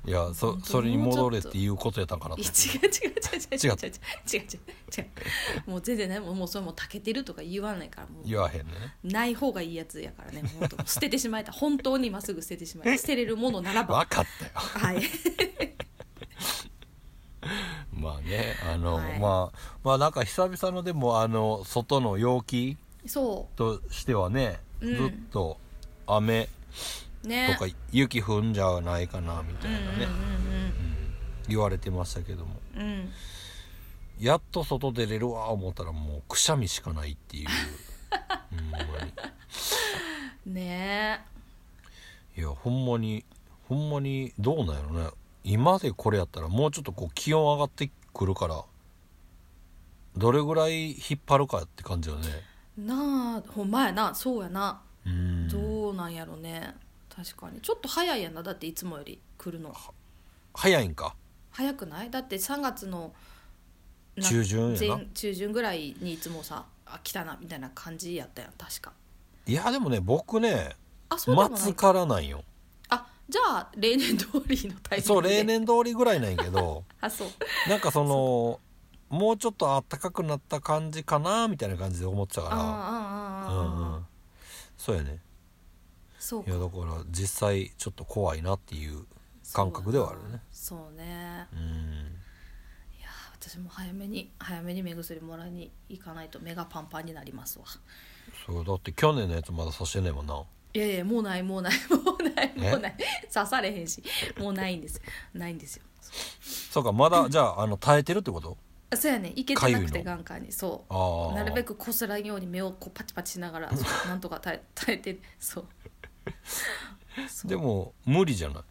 いやそ
本当
それに戻れっ
もうちょっと
ていうことやったんかなと
いや
思って
違う違う違う違う違う違う違う違う違うもう全然ねもうもうそれもたけてるとか言わないからもう
言わへんね
ない方がいいやつやからねもう本当捨ててしまえた本当に今すぐ捨ててしまえた捨てれるものならば
分かったよ
はい
まあねあの、
はい
まあまあなんか久々のでもあの外の陽気
そ
としてはね、
うん
ずっと雨
う
と
ね
か雪降んじゃないかなみた
う
い
ん
なね、言われてましたけども
うんうんうん *laughs*
やっと外出れるわ思ったらもうくしゃみしかないっていうほんまに
ね
いやほんまにほんまにどうなんやろね今でこれやったらもうちょっとこう気温上がってくるからどれぐらい引っ張るかって感じよね
えなあほんまやなそうやな
うん
どうなんやろね確かにちょっと早いやんなだっていつもより来るの
早いんか
早くないだって3月のな
中旬やな
前中旬ぐらいにいつもさあ来たなみたいな感じやったやん確か
いやでもね僕ね
あそうでもな
末
い
からなんよ
あじゃあ例年通りのタイミングで
そう例年通りぐらいなんやけ
*laughs*
ど
あそう
*laughs* なんかそのもうちょっと暖かくなった感じかなみたいな感じで思ってたか
あ
ら
ああ
う
あ
ん
あ
う
あ
んそうやね
そう
いやだから実際ちょっと怖いなっていう感覚ではあるね
そうね
うん
いやー私も早めに早めに目薬もらいに行かないと目がパンパンになりますわ
そうだって去年のやつまださしてないもんない
やいやもうないもうない *laughs* もうない
え
もうない刺されへんしもうないんですないんですよ
そうかまだじゃああの耐えてるってこと
あそうやねいけてなく
かゆ
て
いの
眼科にそ
あ
う
あ
なるべくこすらんように目をこうパチパチしながらそうなんとか耐え耐えて
*laughs*
そうそう
でも無理じゃな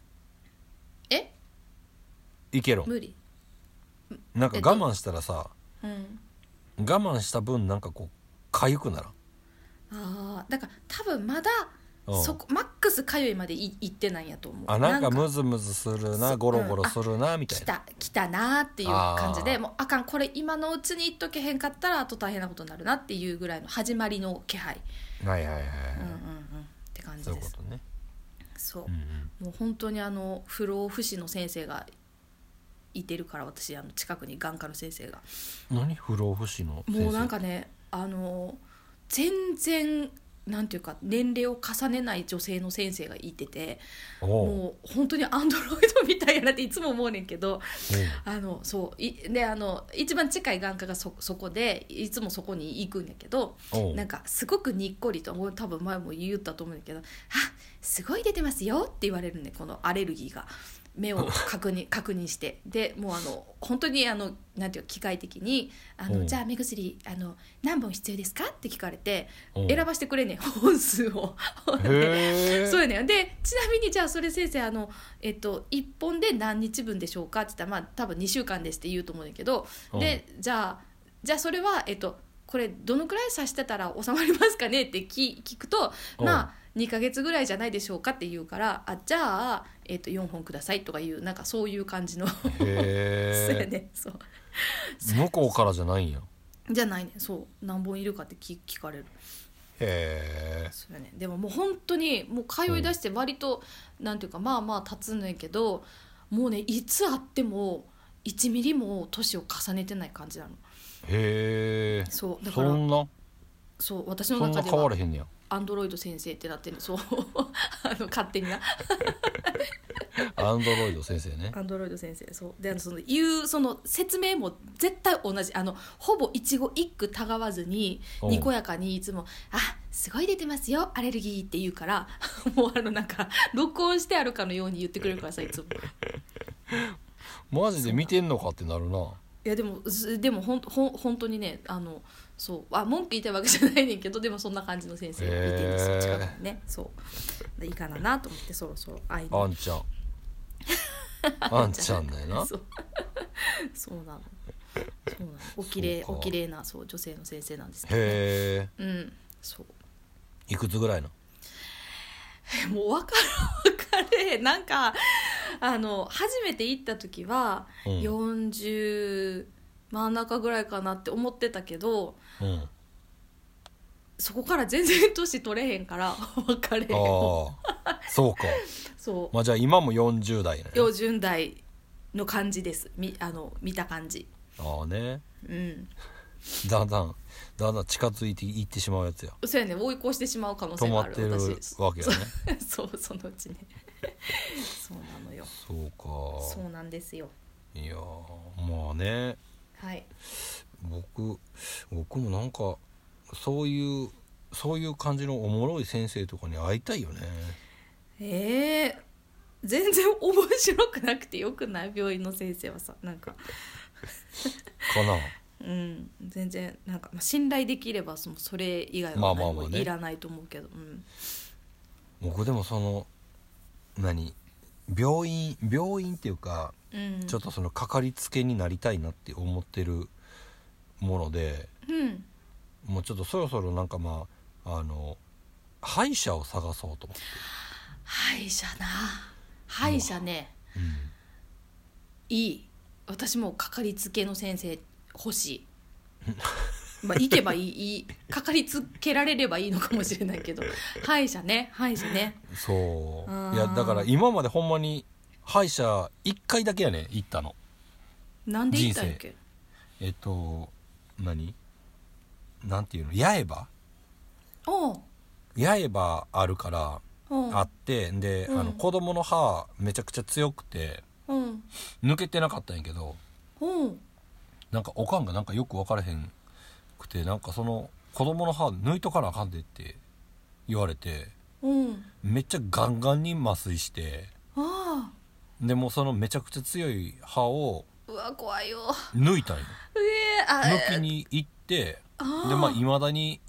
え
いいけろ
無理
なんか我慢したらさ、
うん
我慢した分なんかこう痒くならん
ああだから多分まだ
うん
そこマックスかゆいまでい行ってないんやと思う
あなんか
無
ムズムズする
そ
な
う
ゴロゴロするなみた
来
いな、
た来たなーっていう感じ
あ
で
ー
もうあかんこれ今のうちに言っとけへんかったらあと大変なことになるなっていうぐらいの始まりの気配、
はいはいはい、はい
うんうんうんって感じ
そうい
で
うこ
す
とね、
そう
うんうん、
もう本当にあの不老不死の先生がいてるから私あの近くに眼科の先生が
何不老不死の先生
もうなんかねあの全然なんていうか年齢を重ねない女性の先生がいてて
おうおう
もう本当にアンドロイドみたいやなっていつも思うねんけどあのそういであの一番近い眼科がそそこでいつもそこに行くんやけど
おう
なんかすごくにっこりともう多分前も言ったと思うんだけど「あすごい出てますよ」って言われるねこのアレルギーが
*laughs*
目を確認確認してでもうあの本当にあのなんていうか機械的にあ
う
の「
ん
じゃあ目薬あの何本必要ですか?」って聞かれて
おう
選ばしてくれんねん本数を。
へえ
*laughs* そうやねんでちなみにじゃあそれ先生あの、えっと、1本で何日分でしょうかって言ったらまあ多分2週間ですって言うと思うんだけど、でじゃあじゃあそれは、えっと、これどのくらい刺してたら収まりますかねって聞聞くと、
うん
まあ2ヶ月ぐらいじゃないでしょうかって言うからあじゃあ、えっと、4本くださいとかいうなんかそういう感じのそうや
へえ
ね *laughs* そう
向こうからじゃないんや
じゃないねんそう何本いるかって聞聞かれる。
へえ
そうだね、でももう本当にもう通い出して割と、なんていうかまあまあ経つんやけどもうねいつあっても1ミリも年を重ねてない感じなの
へえ
そうだか
そ
ら
んな
そう私の
そん
中
な
で
変わ
は
れへんねや
アンドロイド先生ってなってる *laughs* そうあの勝手にな
アンドロイド先生
*laughs*
ね
アンドロイド先生そうであのその言うその説明も絶対同じあのほぼ一語一句たがわずに
うん
にこやかにいつも「あすごい出てますよアレルギー」って言うから *laughs* もうあのなんか録音してあるかのように言ってくれるからさいつも。
マジで見てんのかってなるない
やでもすでもほんほん本当にねあのそうあ文句言いたいわけじゃないねんけどでもそんな感じの先生がいてるんです
へ
よ
ー
近くにねそうでいいかななと思ってそろそろ会いに
あんち
*laughs*
ゃんあんちゃんだよな
そうそうなのそうなのおきれい
そう
お
か
きれいなそう女性の先生なんですけど、ね、
へ
うんそう
えいくつぐらいの
えもう *laughs* 分かる分かれへんなんかあの初めて行った時は
うん
40真ん中ぐらいかなって思ってたけど、
うんあ
そこから全然年取れへんから *laughs* 別れへん
あそうか
そう
まあじゃあ今も40代ね
40代の感じですみあの見た感じ
ああね
うん
だんだんだんだん近づいていってしまうやつや
そうやね追い越してしまう可能性
止
も
ま
あ
っ
る
てる
私
わけやね
*laughs* そうそうそのうちね *laughs* そうなのよ
そうか
そうなんですよ
いやーまあね
はい
僕僕もなんかそういうそういう感じのおもろい先生とかに会いたいよね
えー、全然面白くなくてよくない病院の先生はさなんか *laughs*
かな
うん、全然なんか、まあ、信頼できればそのそれ以外は何
まあまあまあ
も
ね
いらないと思うけど、うん
僕でもその何病院病院っていうか
うん、
ちょっとそのかかりつけになりたいなって思ってるもので
うん、
もうちょっとそろそろなんかまああの歯医者を探そうと思
歯医者な歯医者ね
って、う
いい私もうかかりつけの先生
*laughs*
欲しいまあ行けばいいいいかかりつけられればいいのかもしれないけど歯医者ね歯医者ね
ん、そう
あー
いやだから今までほんまに歯医者1回だけやね行ったの
なんで行ったんやっけ
えっと何なんていうの八重歯
おう
八重歯あるから
おう
あってで、あ
う
の
ん
子供の歯めちゃくちゃ強くて
うん
抜けてなかったんやけど
うん
なんかおかんがなんかよく分からへんくてなんかその子供の歯抜いとかなあかんでって言われて
うん
めっちゃガンガンに麻酔して
ああ
でもうそのめちゃくちゃ強い歯を
うわ怖いよ
抜いたんよ
ええあ
抜きに行って
あ
でまあいまだに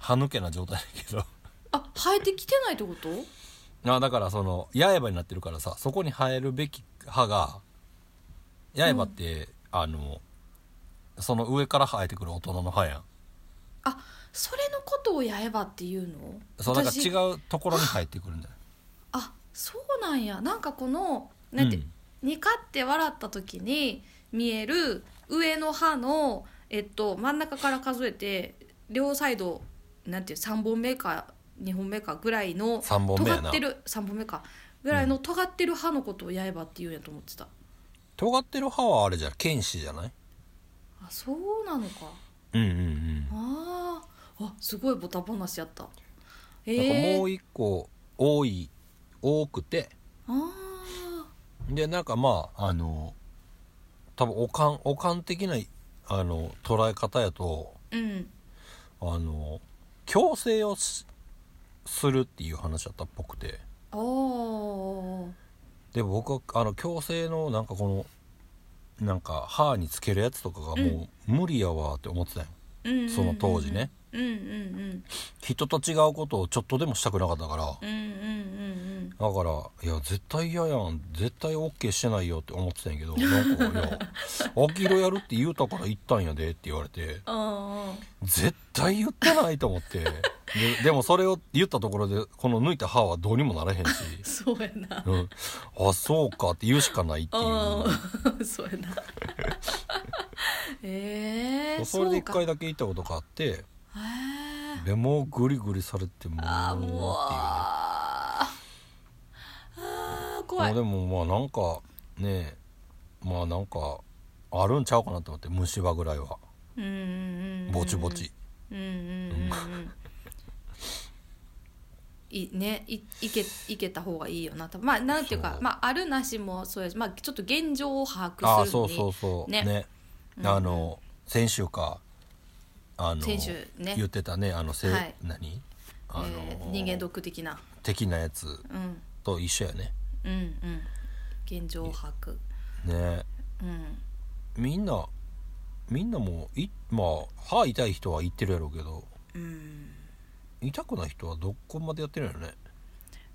歯抜けな状態だけど *laughs*
あ生えてきてないってこと
あだからその八重歯になってるからさそこに生えるべき歯が八重歯って、あのその上から生えてくる大人の歯やん
あそれのことをやればっていうの
そうなんか
私
違うところに生えてくるんだよ
あそうなんやなんかこのなんて、
うん
にかって笑った時に見える上の歯の、えっと、真ん中から数えて両サイドなんていう3本目か2本目かぐらいの
3本目や
尖
な
ってる3本目かぐらいの尖ってる歯のことをやればって言うんやと思ってた、
尖ってる歯はあれじゃん剣士じゃない
あそうなのか
うんうんうん
あーあすごいボタ話やったえ
なんか
え
もう一個多い多くて
あ
でなんかまああの多分おかんおかん的なあの捉え方やと
ーうん
あの矯正をしするっていう話だったっぽくて
あー
で僕はあの矯正のなんかこのなんか歯につけるやつとかがもう無理やわって思ってたよ、
うんうんうんうん
その当時ね
うんうん
人と違うことをちょっとでもしたくなかったから、
うんうんうん
だからいや絶対嫌やん絶対 OK してないよって思ってたんやけどなんか「いや秋色やるって言うたから行ったんやで」って言われて
うんうんうん
絶対言ってないと思ってででもそれを言ったところでこの抜いた歯はどうにもならへんし、
そうやな
うん、あそうかって言うしかないっていう
うんそうやなええ
それで一
か
回だけ行ったことがあって
へー
でもうグリグリされてもう
あーもう
っ
あー
ていうね
怖い
もうでもまあなんかねまあなんかあるんちゃうかなと思って虫歯ぐらいは
うんうんうん
ぼちぼち。
うんうんうんうんいね、いいけいけた方がいいよな多分まあなんていうか
そう
まあ、あるなしもそうやし、まあ、ちょっと現状を把
あ
握
あ
する
そう
のに
そうそう
ね
ね
うん
あの先週かあの
先週ね
言ってたねあのせ、
はい
何あの、
えー人間ドック的な、
的なやつ
うん、
と一緒やね
うんうん現状把握
ね
うん
みんなみんなもいまあ歯痛い人は言ってるやろうけど
うん
痛くない人はどこまでやってるんやろね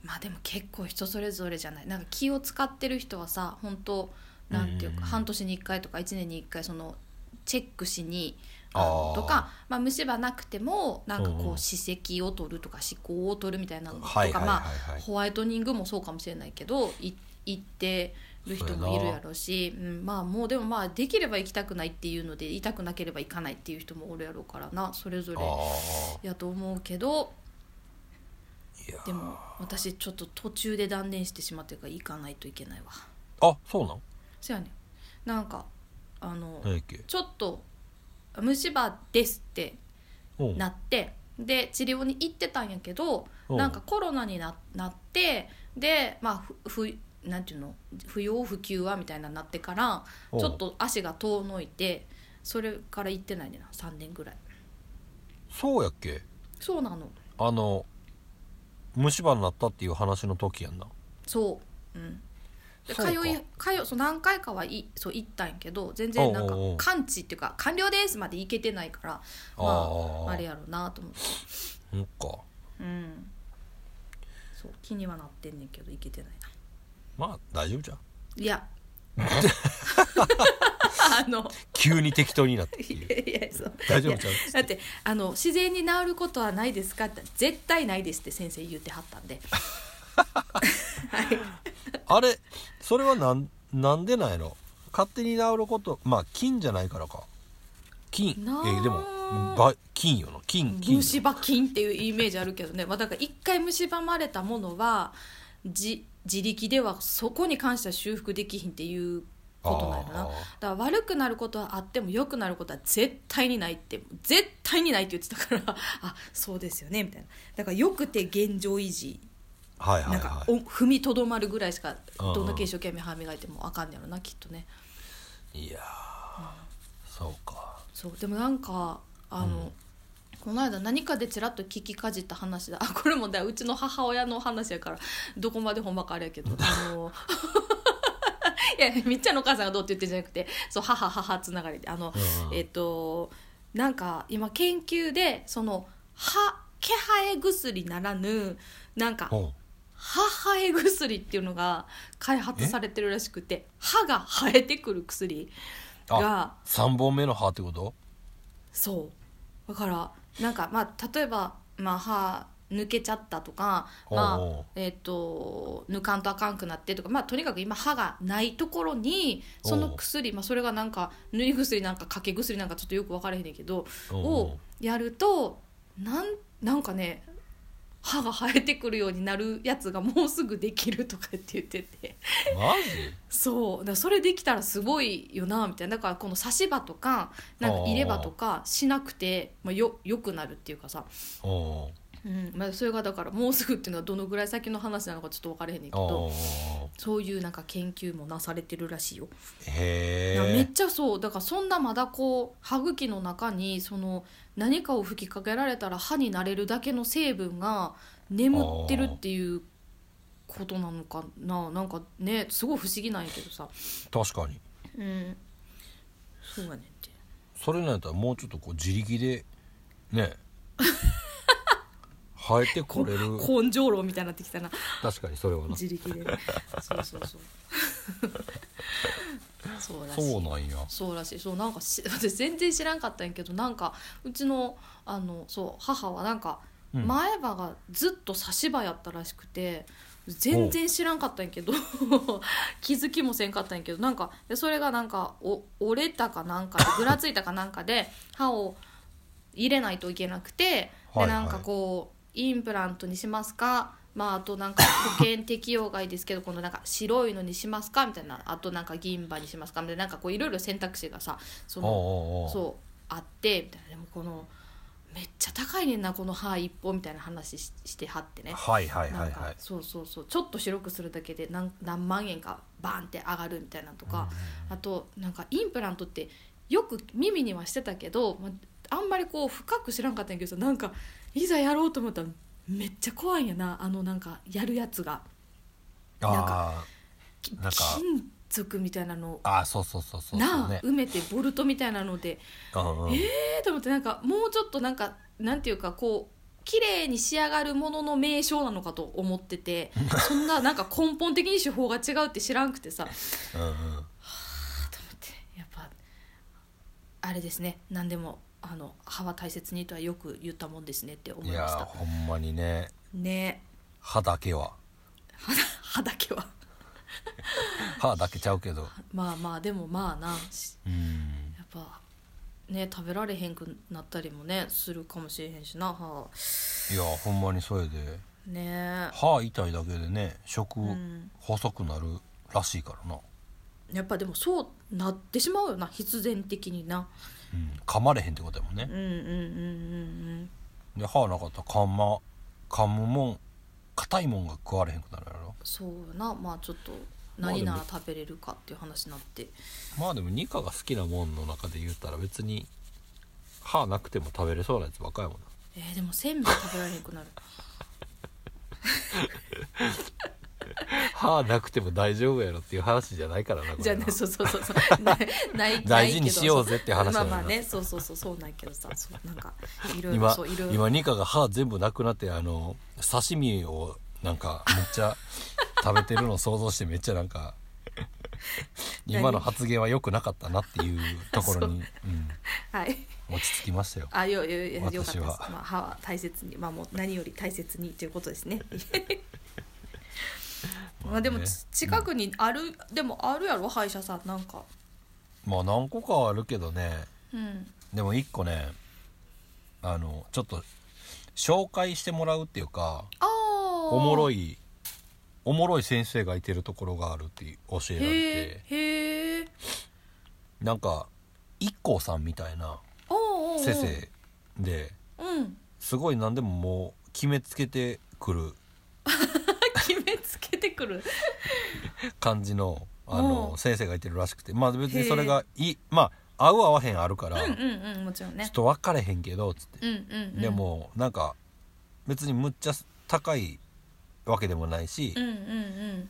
まあでも結構人それぞれじゃないなんか気を使ってる人はさ本当なんていう
うんうん
か
うん
半年に1回とか1年に1回そのチェックしに
あー
あとか、まあ、虫歯なくてもなんか
うん
こ
うん
う歯石を取るとか歯垢を取るみたいなのと
はい
か
はいはい
ま
は
あ
い
ホワイトニングもそうかもしれないけどい行ってる人もいるやろうし、うん、まあもうでもまあできれば行きたくないっていうので痛くなければ行かないっていう人もおるやろうからなそれぞ
あ
れ
あ
やと思うけど。
いや
でも私ちょっと途中で断念してしまってるから行かないといけないわ
あそうなん
そやねんなんかあの、
何やっけ
ちょっと虫歯ですって
うん
なってで治療に行ってたんやけど
うん
なんかコロナにななってでまあふふなんていうの不要不急はみたいななってから
うん
ちょっと足が遠のいてそれから行ってないねんな3年ぐらい
そうやっけ
そうなの
あの虫歯になったっていう話の時やんな
そううんで
そう
通
か
い通いそう何回かはいそう行ったんやけど全然なんか
おうおうおう
完治っていうか「完了です」まで行けてないからま
あ
あ
あ
あれやろうなと思って
そっか
うんそう気にはなってんねんけど行けてないな
まあ大丈夫じゃん *laughs*
いや *laughs* あの
急に適当になって
いやいやそう
大丈夫
い
ちゃう
やだってあの自然に治ることはないですかって絶対ないですって先生言ってはっ
*laughs*
たんではい
あれそれはなんなんでなんやろ勝手に治ることまあ金じゃないからか金え
なあ
ーでもば金よな金金
虫歯菌っていうイメージあるけどね、まあ、だから一回蝕まれたものはじ自力ではそこに関しては修復できひんっていうことなんやろな
あー
だから悪くなることはあっても良くなることは絶対にないって絶対にないって言ってたから *laughs* あそうですよねみたいなだからよくて現状維持
はいは
ないんか
は
お踏みとどまるぐらいしか
うんうん
どんだけ一生懸命歯磨いてもあかんねやろなきっとね
いいやーそうか
そうでもなんかあの、この間何かでちらっと聞きかじった話だあこれもだうちの母親の話やからどこまでほんまかあれやけどあの *laughs* いやみっちゃんのお母さんがどうって言ってんじゃなくてそう母母つながりであの、
うんうん
えっとなんか今研究でその歯気配薬ならぬなんか
ほ
歯生え薬っていうのが開発されてるらしくて歯が生えてくる薬
うあ
が
三本目の歯ってこと
そうだからなんかまあ例えば、まあ、歯抜けちゃったとか、ま
おうおう
あえっと抜かんとあかんくなってとか、まあ、とにかく今歯がないところにそ
おうお
の
う
薬、まあ、それがなんか塗り薬なんかかけ薬なんかちょっとよく分からへんねんけど
うんうん
をやるとなんなんかね歯が生えてくるようになるやつがもうすぐできるとかって言ってて
マジ
そうだからそれできたらすごいよなみたいなだからこの差し歯とかなんか入れ歯とかしなくて、まあ、よよくなるっていうかさ、
おお
うんまあ、それがだからもうすぐっていうのはどのぐらい先の話なのかちょっと分からへんねんけ
お
ど
お
そういうなんか研究もなされてるらしいよ。
へ
いやめっ
え
ちゃそうだからそんなまだこう歯茎の中にその何かを吹きかけられたら歯になれるだけの成分が眠ってるっていうことなのかななんかねすごい不思議なんやけどさ
確かに
うんそうやねんって
それなんやったらもうちょっとこう自力で
*laughs*
ね生えてこれる
根性論みたいになってきたな
確かにそれはな
自力でねそうそう
*laughs*
そうそうらしい
そうなんや
そうらしいそうなんかし私全然知らんかったんやけどなんかうちのあのそう母はなんか
うん
前歯がずっと差し歯やったらしくて全然知らんかったんやけど *laughs* 気づきもせんかったんやけどなんかでそれがなんかお折れたかなんかでぐらついたかなんかで歯を入れないといけなくて
は
で
いはい
なんかこうインプラントにしますかまああとなんか保険適用外ですけどこのなんか白いのにしますかみたいなあとなんか銀歯にしますかみたいななんかこういろいろ選択肢がさその
おうおうおう
そうあってみたいなでもこのめっちゃ高いねんなこの歯一本みたいな話ししてはってね
はいはいは
ないんか
はい
そうそうそうちょっと白くするだけで何何万円かバーンって上がるみたいなとか、あとなんかインプラントってよく耳にはしてたけど、まあんまりこう深く知らんかったんやけどさなんかいざやろうと思ったらめっちゃ怖いんやなあのなんかやるやつがなん
あ
き
なんか
金属みたいなのを
ーあーそうそうそうそうそ
な
う
あ
ね
埋めてボルトみたいなので。
うんうん
えーと思ってなんかもうちょっとなんかなんていうかこう綺麗に仕上がるものの名称なのかと思って *laughs* てそんななんか根本的に手法が違うって知らんくて *laughs* さ
うんうん
と思ってやっぱあれですね何でもあの歯は大切にとはよく言ったもんですねって思い
いや
まし
ー
た
ほんまにね
ね
歯だけは
歯歯だけは *laughs*
歯だけちゃうけど
まあまあでもまあなし
うん
やっぱね食べられへんくなったりもねするかもしれへんしな歯
いやーほんまにそれで
ね
歯痛いだけでね食
うん
細くなるらしいからな、
やっぱでもそうなってしまうよな必然的にな
うん、噛まれへんってことやもん
う
ね
んうんうんうん
で歯なかったら噛,、ま、噛むもん硬いもんが食われへんくなるやろ
そうなまあちょっと
まあで
何
も
なら食べれるかっていう話になって
まあでもニカが好きなもんの中で言ったら別に歯なくても食べれそうなやつばっかやもんな
えー、でもせんべい食べられなくなる
歯なくても大丈夫やろっていう話じゃないからなこ
*laughs* じゃ
れ
あ
は
ねそうそうそうそうなないないけど
大事にしようぜって話
ま
な
あ
のよ
まあねそうそうそうそうなんやけどさそうなんかいろいろ
今
そういろいろ
今ニカが歯全部なくなってあの刺身をなんかめっちゃ食べてるのを想像してめっちゃなん
*laughs*
か今の発言は良くなかったなっていうとこ
*laughs*
ろに、
はい
うん、落ち着きましたよ。
あよよよよかったです
私
ま
は
あ歯は大切にまあもう何より大切にということですねまあでも
ね
ち近くにある、でもあるやろ歯医者さんなんか
まあ何個かあるけどね
うん
でも一個ねあのちょっと紹介してもらうっていうか
ああ
おもろ
い
いおもろい先生がいてるところがあるっていう教えられ
へ
て
えへえ
なんか一 k さんみたいな
おうおうおう
先生で
うん
すごい何でももう決めつけてくる
決めつけてくる
感じのあ
お
の
う
先生がいてるらしくてまあ別
へえ
にそれがいいまあ合う合わへんあるから
うん
ちょ
うんうんもちろんね
っと分かれへんけどつって
うんうん、うん、
でもなんか別にむっちゃ高いわけでもないし
うんうんうん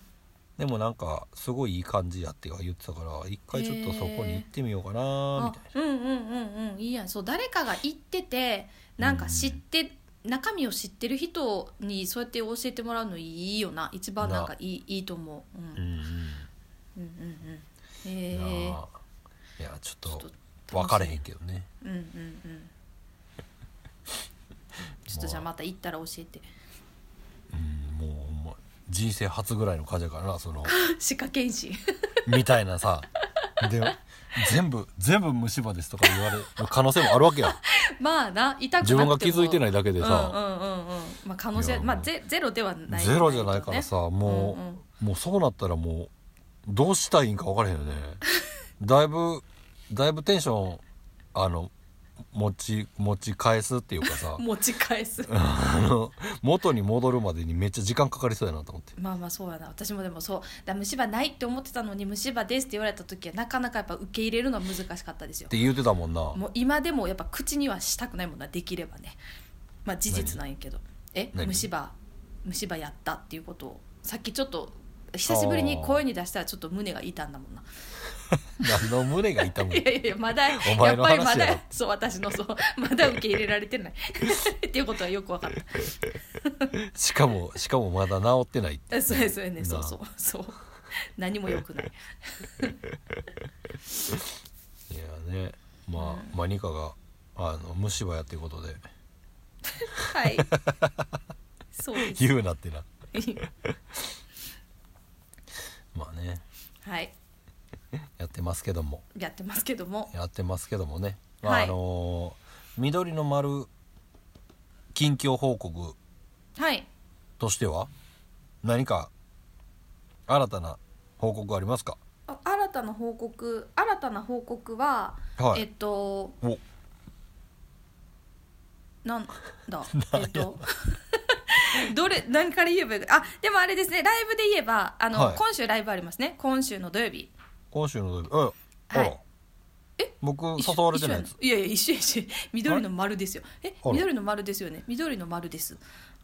でもなんかすごいいい感じやっては言ってたから一回ちょっとそこに行ってみようかなみ
あ
たいな。
うんうんうんうんいいやんそう誰かが言っててなんか知って、中身を知ってる人にそうやって教えてもらうのいいよな一番なんかいいいいと思う、うん、う
うんんうん
うんうん
い
へ
や
え
ーいやちょっ
ちょっ
と分かれへんけどね
うんう
*laughs*
んうんちょっとじゃあまた行ったら教えて
うんもうほんま人生初ぐらいの感じやからなそ
*laughs*
の
歯科検診 *laughs*
みたいなさで全部全部虫歯ですとか言われる可能性もあるわけや
*laughs* まあな痛くなくても
自分が気づいてないいだけでさ、
うんうんうんうんまあ可能
い
性
や
まあゼゼロではない
ゼロじゃないからさ、もう、
うんうん
もうそうなったらもうどうしたいんか分からへんよねだいぶだいぶテンションあの持ち持ち返すっていうかさ
*laughs* 持ち返す
*laughs*
*laughs*
あの元に戻るまでにめっちゃ時間かかりそうやなと思って。
まあまあそうやな私もでもそうだ虫歯ないって思ってたのに虫歯ですって言われた時はなかなかやっぱ受け入れるのは難しかったですよ
って言うてたもんな
もう今でもやっぱ口にはしたくないもんなできればねまあ事実なんやけどえ
何
虫歯虫歯やったっていうことをさっきちょっと久しぶりに声に出したらちょっと胸が痛んだもんな
何の胸が
*laughs*
痛む
いやいやまだや
お
っ
前の
ぱりま
話やろ
だそう私のそうまだ受け入れられてないっていうことはよく分かった
しかもしかもまだ治ってないって *laughs*
えそうやそうやね
な
そうそうそう何もよ
*laughs*
くない
いやねまあマニカがあの虫歯やっていうことで
はい。そうです。
言うなってなまあね
はい。
やってますけども
やってますけども。
やってますけどもね、まあ
はい
あのー緑の丸近況報告
はい。
としては何か新たな報告ありますか
あ新たな報告、新たな報告は、
はい
えっと、
お
なん
*laughs*
だ、えっと。 *laughs* どれ何から言えばいいかあでもあれですねライブで言えばあの、
はい
今週ライブありますね今週の土曜日
今週の土曜日え、
はい
あら僕誘われてないです
一緒一緒やんいやいや一緒やし緑の丸ですよえ
あら
緑の丸ですよね緑の丸です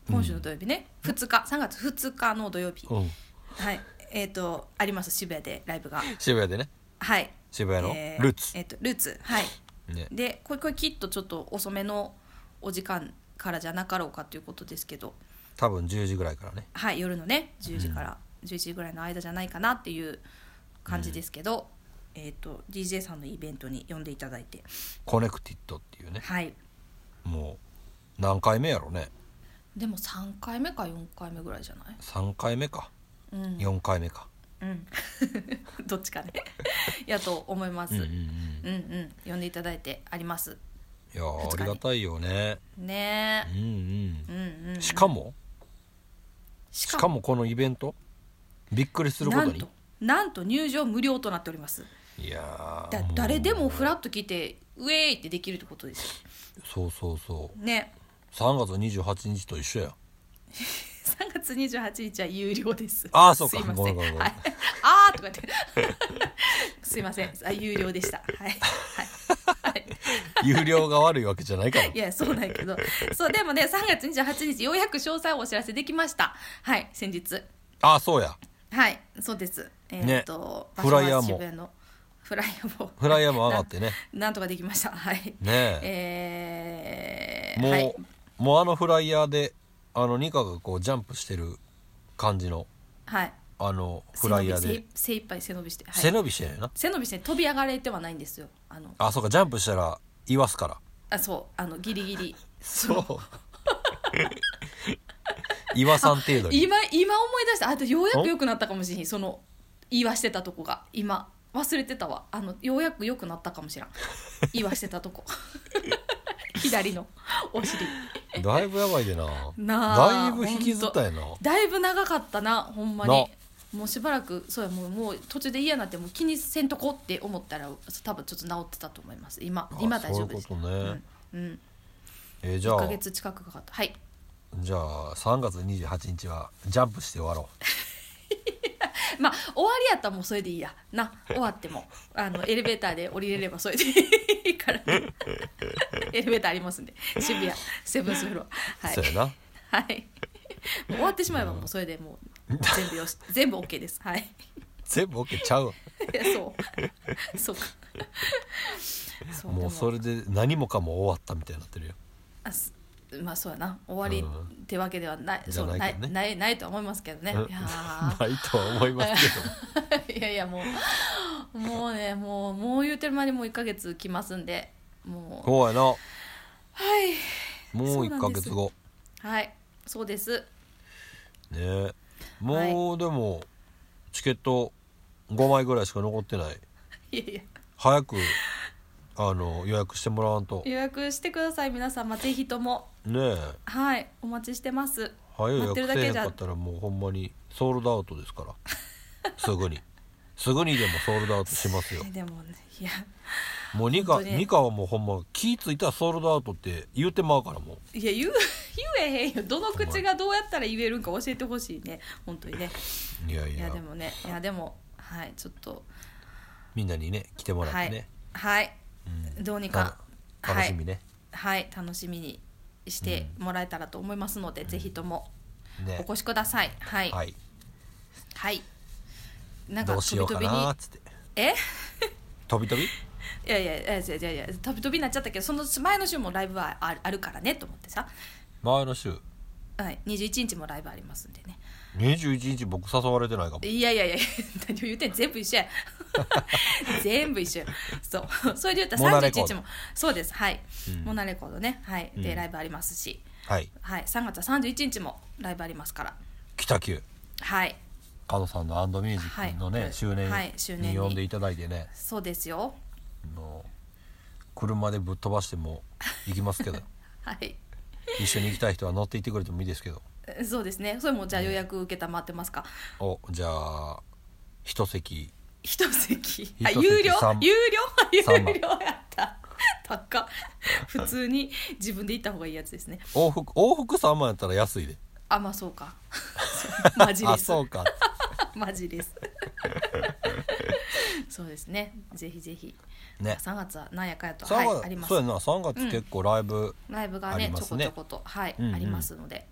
今週の土曜日ね、2日3月2日の土曜日、
うん
はいえっ、とあります渋谷でライブが
渋谷でね
はい
渋谷の
え
ルーツ
えっとルーツはい
ね
でこれこれきっとちょっと遅めのお時間からじゃなかろうかということですけど
多分10時ぐらいからね
はい夜のね10時から11時ぐらいの間じゃないかなっていう感じですけど、えっと DJ さんのイベントに呼んでいただいて
コネクティッドっていうね
はい
もう何回目やろね
でも3回目か4回目ぐらいじゃない
3回目か
うん、
4回目か、 *laughs*
うん、どっちかね *laughs* やと思います、
う
うんん、
うんう
うん
ん、い
呼んでいただいてあります
やー
二
あ
日に
りがたいよね
ね
うんうん
え、うんうん、
しかも
し
しかもこのイベントびっくりするこ
な
と
ん
に
となんと入場無料となっております
いやー
だ
もう
誰でもフラッと来てウェーイってできるってことですよ
そうそうそう
ね
3月28日と一緒や
3月28日は有料です
あーそうか
すいま
ごめ
せん
んごめんごめん
はい、あーとか言って *laughs* すいませんあ有料でしたはいはい、はい
有料が悪いわけじゃないから
いやそうなんや
*laughs*
けどそうでもね3月28日ようやく詳細をお知らせできましたはい先日
ああそうや
はいそうですえーっと、
フライヤーも
場所は渋谷のフライヤーも
フライヤーも上がってね
ななんとかできましたはい
ね
え
え
ー
もう、
はい、
もうあのフライヤーであのニカがこうジャンプしてる感じの
はい、
あのフライヤーで
背伸びせい精一杯背伸びして、はい、
背伸びしてるよな
背伸びして飛び上がれてはないんですよあの
あそうかジャンプしたら言わすから
あそうあのギリギリ
そう *laughs* 言わさん程度に
今今思い出したあとようや
ん
く良くなったかもしれんその言わしてたとこが今忘れてたわあのようやく良くなったかも
*laughs*
しらん言わしてたとこ *laughs* 左のお尻
だいぶやばいでなだ
なあ
いぶ引きずったやな
だいぶ長かったなほんま
な
にもうしばらくそうやもうもう途中で嫌になってもう気にせんとこって思ったら多分ちょっと治ってたと思います今
あ
今大丈夫です
そういうことね
うん、うん、
えーじゃ
1ヶ
あ
月近くかかったはい
じゃあ3月28日はジャンプして終わろう
まあ終わりやったらもうそれでいいやな終わってもあのエレベーターで降りれればそれでい
*laughs*
いから、ね、エレベーターありますんで渋谷セブンスフロアはい
そうやな
はいもう終わってしまえばもうそれでもう全部よし全部 OK ですはい *laughs*
全部 OK ちゃうわ
いやそうそうかそうで
もうそれで何もかも終わったみたいになってるよ
あすまあそうやな終わりってわけではない、
うん
そう
じゃ
な
ないいからね
ないないとは思いますけどね、
うん
いやー
*laughs* ないとは思いますけど
*laughs* いやいやもうもうねもうもう言うてる間にもう1ヶ月来ますんでも
そうやなも
うはいう
1か月後
はいそうです
ねもうでもチケット5枚ぐらいしか残ってない
いやいや
早くあの予約してもらわんと
予約してください皆様ぜひとも
ねえ
はいお待ちしてます
早い予
待って
約
るだ
せえへ
け
ん
じゃ
かったらもうほんまにソールドアウトですからすぐにすぐにでもソールドアウトしますよ
でもねいや
もうニカ
本当に
ニカはもうほんま気ぃ付いたらソールドアウトって言うてまうからもう
いや言う言えへんよどの口がどうやったら言えるんか教えてほしいね本当にね
いやい
い
や
やでもねいやでもはいちょっと
みんなにね来てもらってね、
はい、
うん
どうにか
た楽しみね、
はい、はい、楽しみにしてもらえたらと思いますので、ぜひとも
ね
お越しくださいはいは、
はいい
なんか
どう
飛
しよう
び飛
か
びに
なーっつって
え *laughs*
飛び飛び
いやいやいやいやいやいや飛び飛びになっちゃったけどその前の週もライブはあるあるからねと思ってさ、
前の週
はい、21日もライブありますんでね
21日僕誘われてないかも
いやいやいや何を言うてん全部一緒や *laughs* 全部一緒やそう *laughs* それで言った
モナ
ら
レコ
31
ード
日もそうですはい、
うん
モナレコードねはいで、
うん
ライブありますし
はい
はい、3月は31日もライブありますから。
北九
はい、
加藤さんのアンドミュージックのね、
はい
周年
はい周年に
に呼んでいただいてね、
そうですよ。
もう車でぶっ飛ばしても行きますけ
*laughs*
ど
はい、
一緒に行きたい人は乗って行ってくれてもいいですけど
えそうですね。それもじゃあ予約受けたまってますか。
おじゃあ一席
一席。
一
あ、
席
有料
三
有料
三
有
万
料やった。高っ。普通に自分で行った方がいいやつですね。
往復往復3万やったら安いで
あ、まあそうか。 *laughs* マジ
あ
です。
そう
*laughs*
か
マジです。そうですね。ぜひぜひ。
ね
3月はなんやかやと、
三
はい
月、
あります
そう。やな3月
うん
結構ライブ、
ライブが
あ
ね
りま
ちょ
す
こ
ね
ちょことはい、
うんうん
ありますので、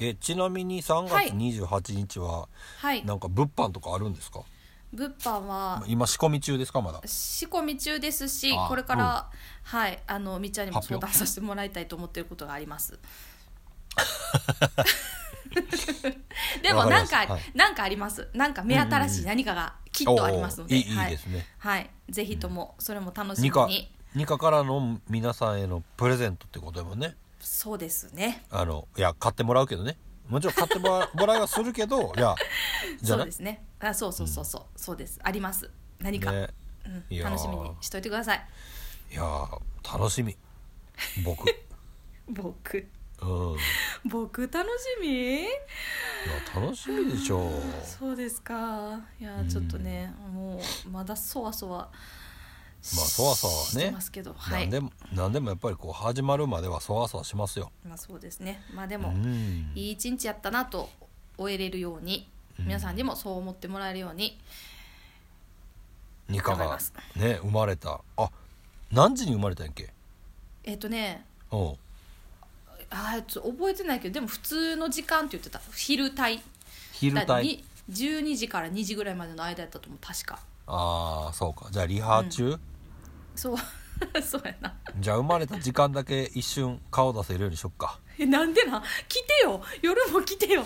えちなみに3
はい
月28日は
はい。
なんか物販とかあるんですか、
物販は
今仕込み中ですかまだ
仕込み中ですし
あ
これから、はいあのみっちゃんにも
発
相
表
談させてもらいたいと思ってることがあります
*laughs*
でも
わかり
な
ま
ん
し
か、
たはい
なんかありますなんか目新しい何かがきっとありますので、
おーいい
はい
いですね
はい、ぜひともそれも楽しみ
ニカ
に
ニカからの皆さんへのプレゼントってことでもね
そうですね
あのいや買ってもらうけどねもちろん買ってもらもらいはするけどいやじゃ
そう
な
ですねあそうそうそうそう、そうですあります何か、
ね
うん、
いやー
楽しみにしといてください
いやー楽しみ
*laughs*
僕
僕
うんい
僕楽しみ
や楽しみでしょう
そうですかいやちょっとね、もうまだそわそわ
まあそわそわはね
してますけどは
何
い
でも何でもやっぱりこう始まるまではそわそわしますよ
まあそうですねまあで
う
も、
ん
いい一日やったなと終えれるように
うん
皆さんにもそう思ってもらえるように、
ニカ
頑張り
が
ます
ね生まれたあ何時に生まれたんやっけ
えっ、とね
うん
あーちょっと覚えてないけどでも普通の時間って言ってた昼帯
昼
だ
帯
に12時から2時ぐらいまでの間やったと思う確か
ああそうかじゃあリハ中、
そう *laughs* そうやな
じゃあ生まれた時間だけ一瞬顔出せるようにしよっか
えなんでなん来てよ夜も来てよ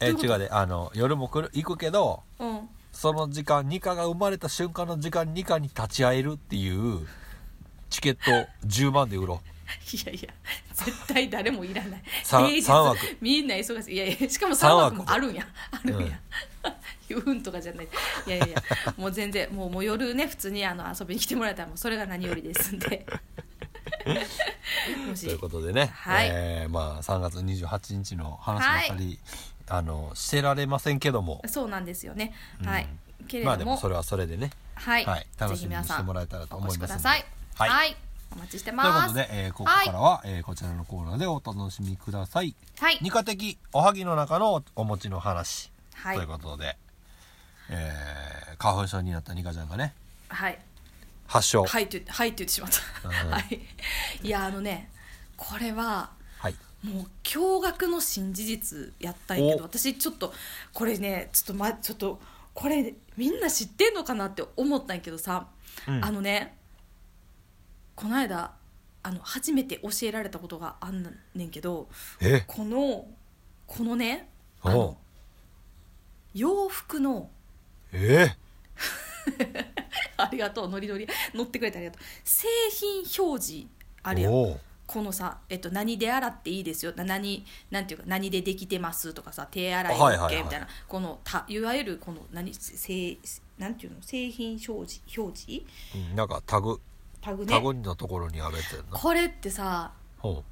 え
どういうこと
違うであの夜も来る行くけど
えうん
その時間ニカが生まれた瞬間の時間ニカに立ち会えるっていうチケット10万で売ろう
いやいや絶対誰もいらない
さん
平日
三枠
みんな忙しいいやいやしかも3
三
枠
枠
もあるんやあるんや、言うんとかじゃないいやいやいやもう全然もうもう夜ね普通にあの遊びに来てもらえたらもうそれが何よりです
*laughs*
んでもし
ということでね、
はい
えーまあ、3月28日の話ばかり、あのしてられませんけども
そうなんですよね、
うん
はいけれど
ま
も,、
あでもそれはそれでね
はい、
はい楽
ぜ
し
ひ
みに
皆
して
さん
もらえたらと思います
お越しくださいは、
はいい
お待ちしてま
というこ
す
とで、えーここからは、えーこちらのコーナーでお楽しみください。
はい
二課的おはぎの中のお餅の話、
はい
ということで、えー花粉症になったニカちゃんがね
はい
発症
はいって言ってはいって言ってしまった、
うん
はいいやあのねこれは
はい
もう驚愕の新事実やったんやけど
お
私ちょっとこれねちょっとまちょっとこれみんな知ってんのかなって思ったんやけどさ、
うん
あのねこの間あの初めて教えられたことがあんねんけど
え
このこのねあ
おう
の洋服の
え
ありがとうノリノリ乗ってくれてありがとう製品表示あるやん
おう
このさ、えっと、何で洗っていいですよな何なんていうか何でできてますとかさ手洗い OK みた
はいいはい
な、
はい
いこのたいわゆるこの何製なんていうの製品表示表示
うんなんかタグ
タグ
タ
ね
グのところにあるやつやんな、
これってさ
ほ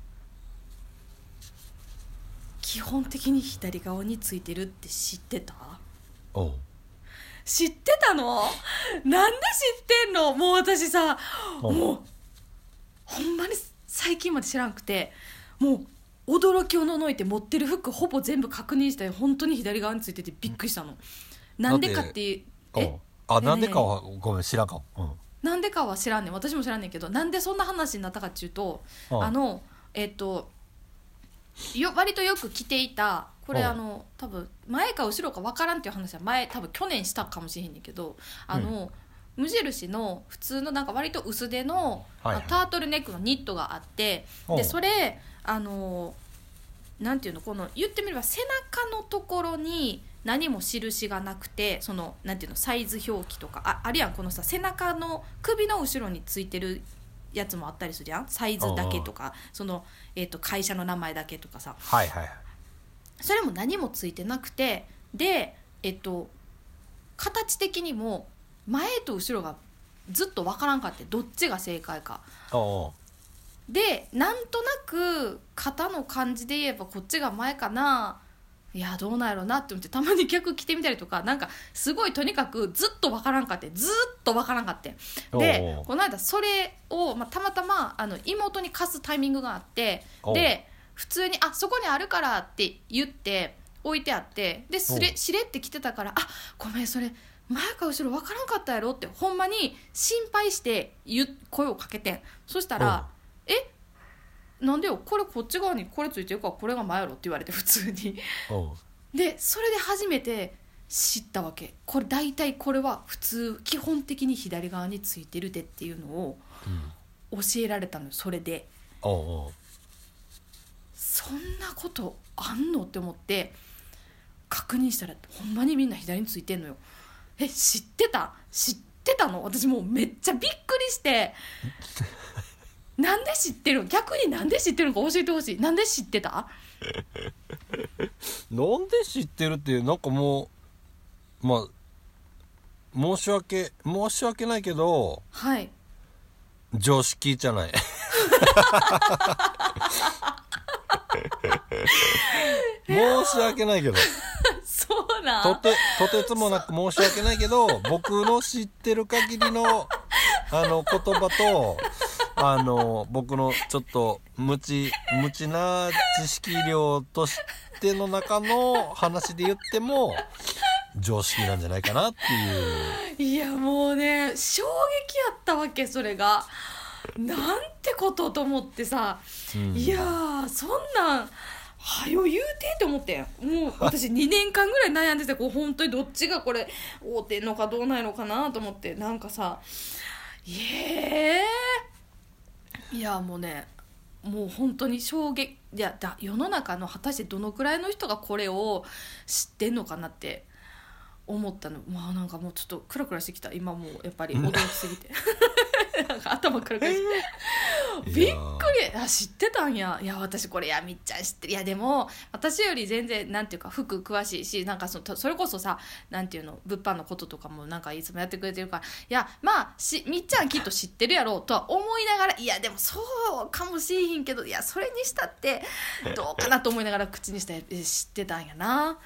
基本的に左側についてるって知ってた
うおう
知ってたのなんで知ってんのもう私さ
うん
もうほんまに最近まで知らんくてもう驚きをののいて持ってる服ほぼ全部確認したよ本当に左側についててびっくりしたのなんでかっていう
お
え
うあ
ねえねえ
なんでかはごめん知らんかも、うん
なんでかは知らんねん私も知らんねんけどなんでそんな話になったかっていうと
うん
あのえっとよ割とよく着ていたこれ
うん
あの多分前か後ろか分からんっていう話は前多分去年したかもしれへんねんけどあの、無印の普通のなんか割と薄手の、
はいはい
タートルネックのニットがあって
お
で
う
それあのなんていうのこの言ってみれば背中のところに何も印がなくてそのなんていうのサイズ表記とかああるやんこのさ背中の首の後ろについてるやつもあったりするやんサイズだけとかその、えー、と会社の名前だけとかさ
はいはいはい
それも何もついてなくてでえっと形的にも前と後ろがずっと分からんかってどっちが正解か
おうおう
でなんとなく型の感じで言えばこっちが前かないやどうなんやろうなって思ってたまに逆着てみたりとかなんかすごいとにかくずっとわからんかってずっとわからんかってで
おう
この間それを、まあ、たまたまあの妹に貸すタイミングがあって
おう
で普通に「あそこにあるから」って言って置いてあってです
お
れ
う
しれって来てたから「あごめんそれ前か後ろわからんかったやろ」ってほんまに心配して言う声をかけてんそしたら「えなんでよこれこっち側にこれついてるからこれが前やろ」って言われて普通に。 *laughs*
おう
でそれで初めて知ったわけこれ大体これは普通基本的に左側についてるでっていうのを
うん
教えられたのよそれで
おうおう
そんなことあんのって思って確認したらほんまにみんな左についてんのよえ知ってた知ってたの私もうめっちゃびっくりしてなんで知ってるの逆になんで知ってるのか教えてほしいなんで知ってた
なんで知ってるっていうなんかもうまあ申し訳申し訳ないけど
はい
常識じゃ
*laughs*
ない申し訳ないけど
そうな
と
ん
てとてつもなく申し訳ないけど僕の知ってる限りのあの言葉とあの僕のちょっと無知無知な知識量としての中の話で言っても常識なんじゃないかなっていう
いやもうね衝撃やったわけそれがなんてことと思ってさ、
うん
いやーそんなんはよ言うてって思ってんもう私2年間ぐらい悩んでてこう本当にどっちがこれ合うてんのかどうないのかなと思ってなんかさええいやもうねもう本当に衝撃いやだ世の中の果たしてどのくらいの人がこれを知ってんのかなって思ったのまあなんかもうちょっとクラクラしてきた今もうやっぱり驚きすぎて *laughs* なんか頭クラクラしてきて
い
びっ
やー
くりあ知ってたんやいや私これやみっちゃん知ってるいやでも私より全然なんていうか服詳しいしなんかそのそれこそさなんていうの物販のこととかもなんかいつもやってくれてるからいやまあしみっちゃんきっと知ってるやろうとは思いながらいやでもそうかもしれへんけどいやそれにしたってどうかなと思いながら口にしたえ知ってたんやな。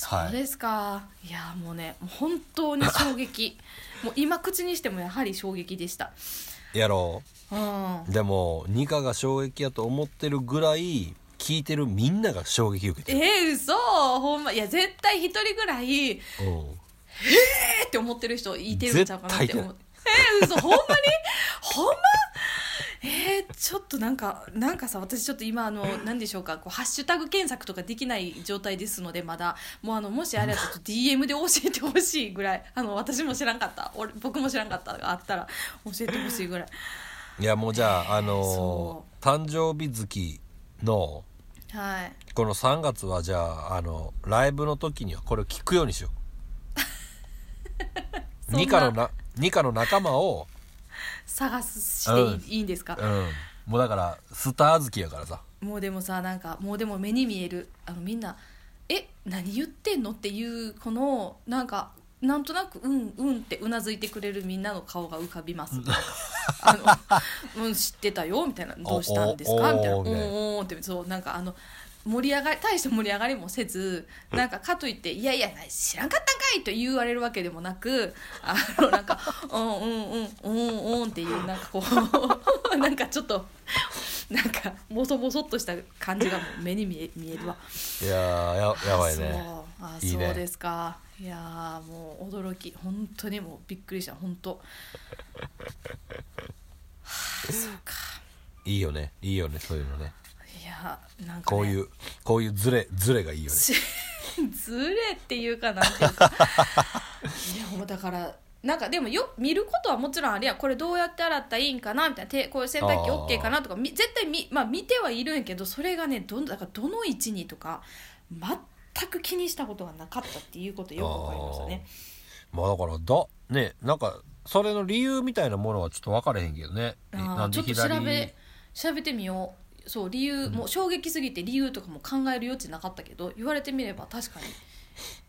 そうですか、い、やもうねもう本当に衝撃
*laughs*
もう今口にしてもやはり衝撃でした
やろ
うん
うでもニカが衝撃やと思ってるぐらい聞いてるみんなが衝撃受け
え
てる
ー、嘘ほんまいや絶対一人ぐらいえ
うん
ーって思ってる人いてるんちゃうかなって
絶対い
思
な
う
い
えー、嘘ほんまにほんまえー、ちょっとなんかなんかさ私ちょっと今あ
*laughs*
の何でしょうかこうハッシュタグ検索とかできない状態ですのでまだもうあのもしあれだと DM で教えてほしいぐらいあの私も知らんかった俺僕も知らんかったがあったら教えてほしいぐらい
いやもうじゃああ
そ
のー誕生日月の
はい
この3月はじゃああのライブの時にはこれを聞くようにしよ
*laughs*
う
そんな
ニカのなニカの仲間を、
探すしていい,、
うん
いいんですか
う、ん、もうだからスター好きやからさ
もうでもさなんかもうでも目に見えるあのみんな「え何言ってんの?」っていうこのなんかなんとなく「うんうん」ってうなずいてくれるみんなの顔が浮かびますなんかあのうん知ってたよ」みたいな「どうしたんですか?」
お
みたいな「
お
お
おみたいな
ーおー」ってそうなんかあの盛り上がり大して盛り上がりもせずなんかかといって「いやいや知らんかったんかい!」と言われるわけでもなくあのなんか「うんうんうんうんうん」っていうなんかこう *laughs* なんかちょっと。なんかもそもそっとした感じがもう目に見え見えるわ。
いやーややばいね
あそうあ
いいね
そうですか。いやーもう驚き本当にもうびっくりした本当。
いいよねいいよねそういうのね
いやーなんか、ね、
こういうこういうズレズレがいいよね
し *laughs* ずれっていうかなんていうかいやもうだからなんかでもよ見ることはもちろんあれやこれどうやって洗ったらいいんかなみたいな手こういう洗濯機
あー
OK かなとかみ絶対み、まあ、見てはいるんやけどそれがねどんだからどの位置にとか全く気にしたことがなかったっていうことよくわかりましたね。
まあだからだねなんかそれの理由みたいなものはちょっと分からへんけどね
あ
な
ー
ん
ちょ
で
っと調
左
べ調べてみようそう理由、もう衝撃すぎて理由とかも考える余地なかったけど言われてみれば確かに
い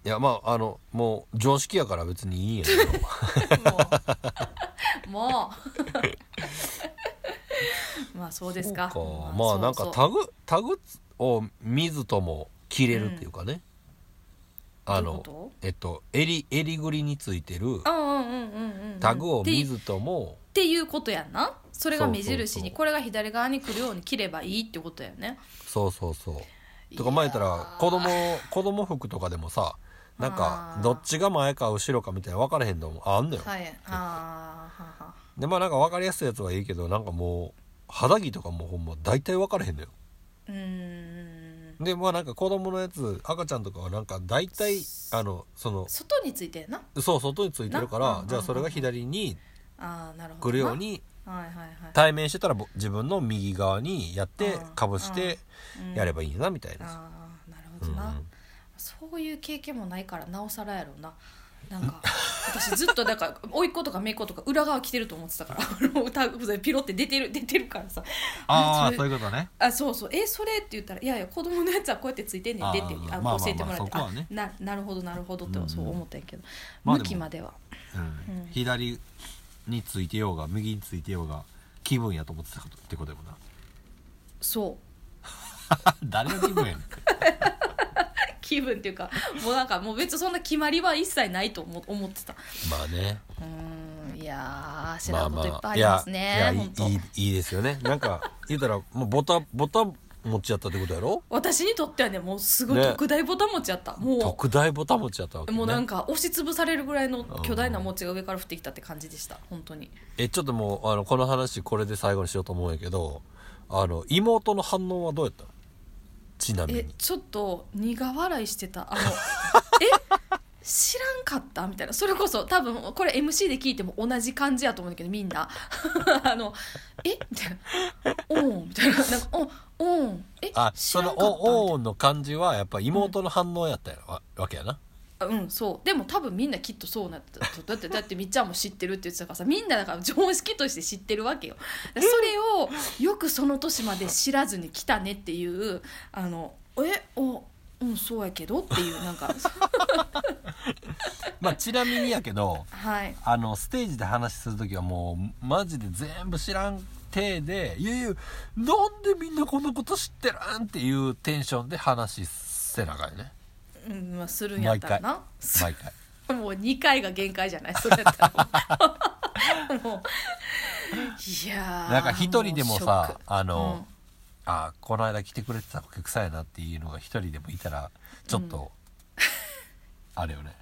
やまああのもう常識やから別にいいんやけど
も
*laughs*
うもう *laughs* まあそうですか
そうかまあなんか
そうそう
タグタグを見ずとも切れるっていうかね、あ
どういう
の
こ
えっと襟襟ぐりについてる
とうんうんうんうんうん
タグを見
って
ずとも
っていうことやんなそれが目
そうそ
印
うそ
に
う
これが左側に来るように切ればいいってことやね
そうそうそうとか
いやー
前言ったら子供子供服とかでもさなん
あ
か
ー
どっちが前か後ろかみたいな分からへんのもあんのよ、
はいあーはあはあ
でまあなんか分かりやすいやつはいいけどなんかもう肌着とかもほんま大体分からへんのよ
うーん
でまあなんか子供のやつ赤ちゃんとかはなんか大体あのその
外についてやな
そう外についてるか
なうんうん
ら
うん
じゃあそれが左に
あーなるほど
来
な
るように
はいはいは
対面してたらぼ自分の右側にやって
うん
かぶして
い
やれ
ば
ばいいなみたいな、
ああなる
う
ほ
んう
ど
ん
な、そういう経験もないからなおさらやろうななんか私ずっとだから *laughs* 甥っ子とか姪っ子とか裏側着てると思ってたから *laughs* あの歌うピロって出てる出てるからさ
あ
え
あ
そ
そう
れ
いうことね
あそうそうえそれって言ったらいやいや子供のやつはこうやってついてんねんでって
あー
あの
まあまあまあ
教えてもらって
そこはね
あななるほどなるほどってそう思ったんやけど、
まあで
向
も
きまでは
うん
うん
左についてようが右についてようが気分やと思ってたことってことやもんな *laughs*
そう *laughs*
誰が気分やねん
気分っていうかもうなんかもう別にそんな決まりは一切ないと思思ってた
まあね
うーんいやー知
ま
ら
あ
んこといっ
ま
ぱい
あ
あ
いや
ります
い
ね
やい
本当
いいいいですよねなんか言うたらもうボタボタ持ちやったってことやろ
私にとってはねもうすごい
ね
特大ボタン持ちやった、も
特大ボタ持ちやったわけ、
う
ね、
もうなんか押しつぶされるぐらいの巨大な餅が上から降ってきたって感じでした本当に
えちょっともうあのこの話これで最後にしようと思うんやけどあの妹の反応はどうやったのちちなみ
え
に
ちょっと苦笑いしてたあ *laughs* のえ知らんかったみたいなそれこそ多分これ MC で聞いても同じ感じやと思うんだけどみんな *laughs* あの「えみたいな「おん」みたいななんか「おんおん」え
あ
知
そ
ら
の
んかった
おおーの感じはやっぱ妹の反応やったやろわわけやな
あうんそうでも多分みんなきっとそうなったとだって *laughs* だってみっちゃんも知ってるって言ってたからさみんなだから常識として知ってるわ
*laughs*
けよだからそれをよくその年まで知らずに来たねっていうあのえおうんそうやけどっていうな
*laughs*
んか
まあちなみにやけど
はい
あのステージで話する時はもうマジで全部知らん体で「いやいやなんでみんなこんなこと知ってるん?」っていうテンションで話せなあかんよね
うんまあするんやったらな
毎回
もう2回が限界じゃないそれやったら *laughs* もういやー
なんか一人でも
ショッ
さ
ク
あの、
うん
あこの間来てくれてたお客さんやなっていうのが一人でもいたらちょっと、あれよ
*laughs*
ね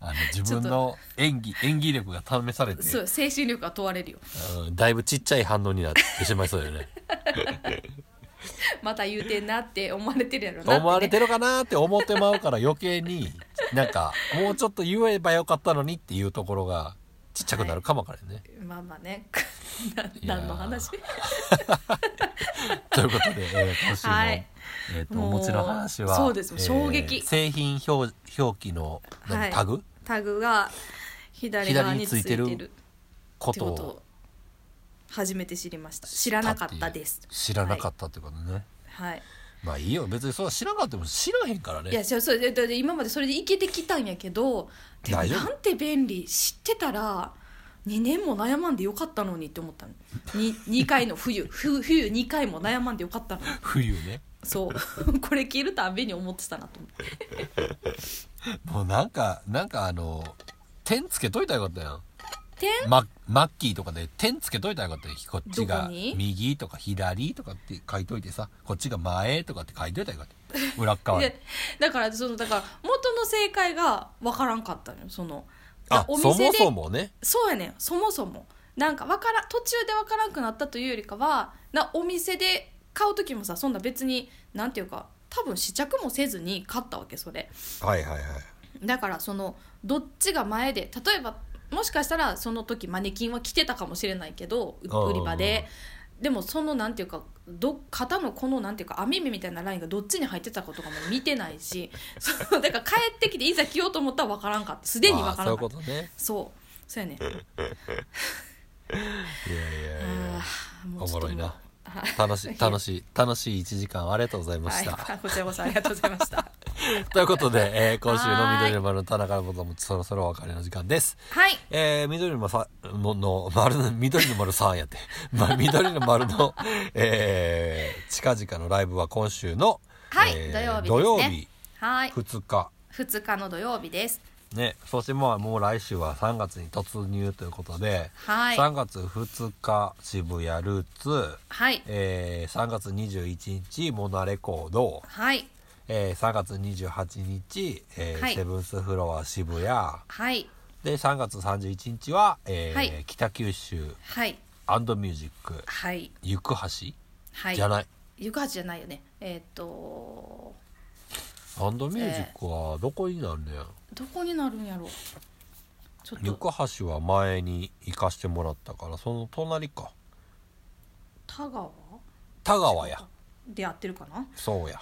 あの自分の演技演技力が試されて、
そう精神力が問われるよ
うんだいぶちっちゃい反応になってしまい
*laughs*
そうだよね
また言うてんなって思われてるやろなってね、
思われてるかなって思ってまうから余計になんかもうちょっと言えばよかったのにっていうところがちっちゃくなるかもわからんね、
まあまあね
いやー
何の
*laughs*
話
ということで、えー今週の、
はい
えーと
もう
お持ちの話は
そうです
えー
衝撃
製品表表記の何
はい
タグ
タグが左側についてる
左についてるこ
って
と
こ
を
とを初めて知りました知らなかったです
知らなかったってことね、
はい
まあいいよ別にそれは知らなかったも知らへんから
いや
ね
そうそうだって今までそれでいけてきたんやけどでも
大丈夫
なんて便利知ってたら2年も悩まんでよかったのにって思ったの 2, 2回の *laughs* 冬ふ冬2回も悩まんでよかったのに
冬ね
そうこれ消えるたんびに思ってたなと思って
もうなんかなんかあの点つけといたらよかったやん
点
ママッキーとかで点つけといたらよかったよこっち
どこ
が
に
右とか左とかって書いといてさこっちが前とかって書いといたらよかった裏っ側
*laughs*
に
でだからそのだから元の正解が分からんかったのよその
あ
お
そ
店
も
で
そもね
そうやねんそもそもなんかわからん途中でわからんくなったというよりかはなお店で買う時もさそんな別になんていうか多分試着もせずに買ったわけそれ
はいはいはい
だからそのどっちが前で例えばもしかしたらその時マネキンは着てたかもしれないけどう
うんうん
売り場ででもそのなんていうかど肩のこのなんていうか網目みたいなラインがどっちに入ってたかとかも見てないし *laughs* そのだから帰ってきていざ着ようと思ったら分からんかったすでに分
あー
から
そうんいう
か
こ
った
とね
そうそうやね
いやいやいや
あーもうちょっと
おもろいな
もう
楽しい楽しい楽しい1時間ありがとうございま
は
し
い、
た、
はい、こちらこそありがとうございました。
*laughs* ということで、えー今週の
はーい
緑の丸の田中のこともそろそろお別れの時間です。
はい、
えー、緑の丸さの、の、丸の、緑の丸さんやって。 *laughs* まあ、緑の丸の、えー、近々のライブは今週の、
はい
えー
土曜日ですね
土曜日
はい、
2日。
二日の土曜日です。
ね、そしてまあもう来週は3月に突入ということで、
はい
3月2日渋谷ルーツ、
はい、
えー、3月21日モナレコード、
はい、
えー、3月28日、えー
はい
セブンスフロア渋谷、
はい、
で3月31日は、えー
はい
北九州
はい、
アンドミュージック
はい、
行く橋、
はい。
じゃない
ゆかはじゃないよね。えーっと、
アンドミュージックはどこになんねや、
どこになるんやろう。ちょっ
行
と
く橋は前に行かしてもらったからその隣か
田川
田川や
でやってるかな。
そうや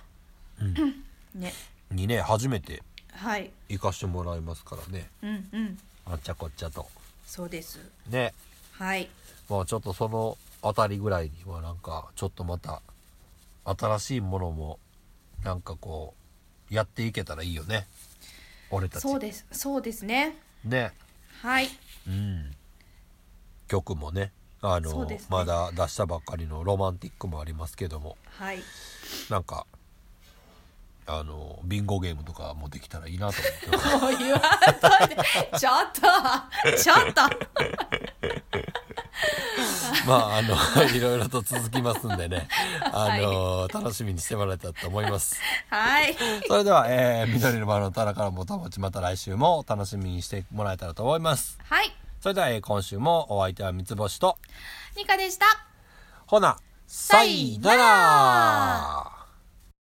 ね、
にね初めて
はい、
行かしてもらいますからね
うん、うん、
あっちゃこっちゃと
そうです。
ね
はい、
まあちょっとその辺りぐらいにはなんかちょっとまた新しいものもなんかこうやっていけたらいいよね俺たち
そうです。そうですね。
ね
はい、
うん曲もねあ
そ
の
うですね
まだ出したばっかりの「ロマンティック」もありますけども *laughs*
はい、
なんかあのビンゴゲームとかもできたらいいなと思って
もう言わんといて。ちょっと、ちょっと。 *laughs*
まああのいろいろと続きますんでねあの、楽しみにしてもらえたらと思います。
はい。
*laughs* それでは、えー、緑の丸の棚からもたもちまた来週もお楽しみにしてもらえたらと思います。
はい。
それでは、えー今週もお相手は三つ星と、
ニカでした。
ほな、さいな
さいな
ら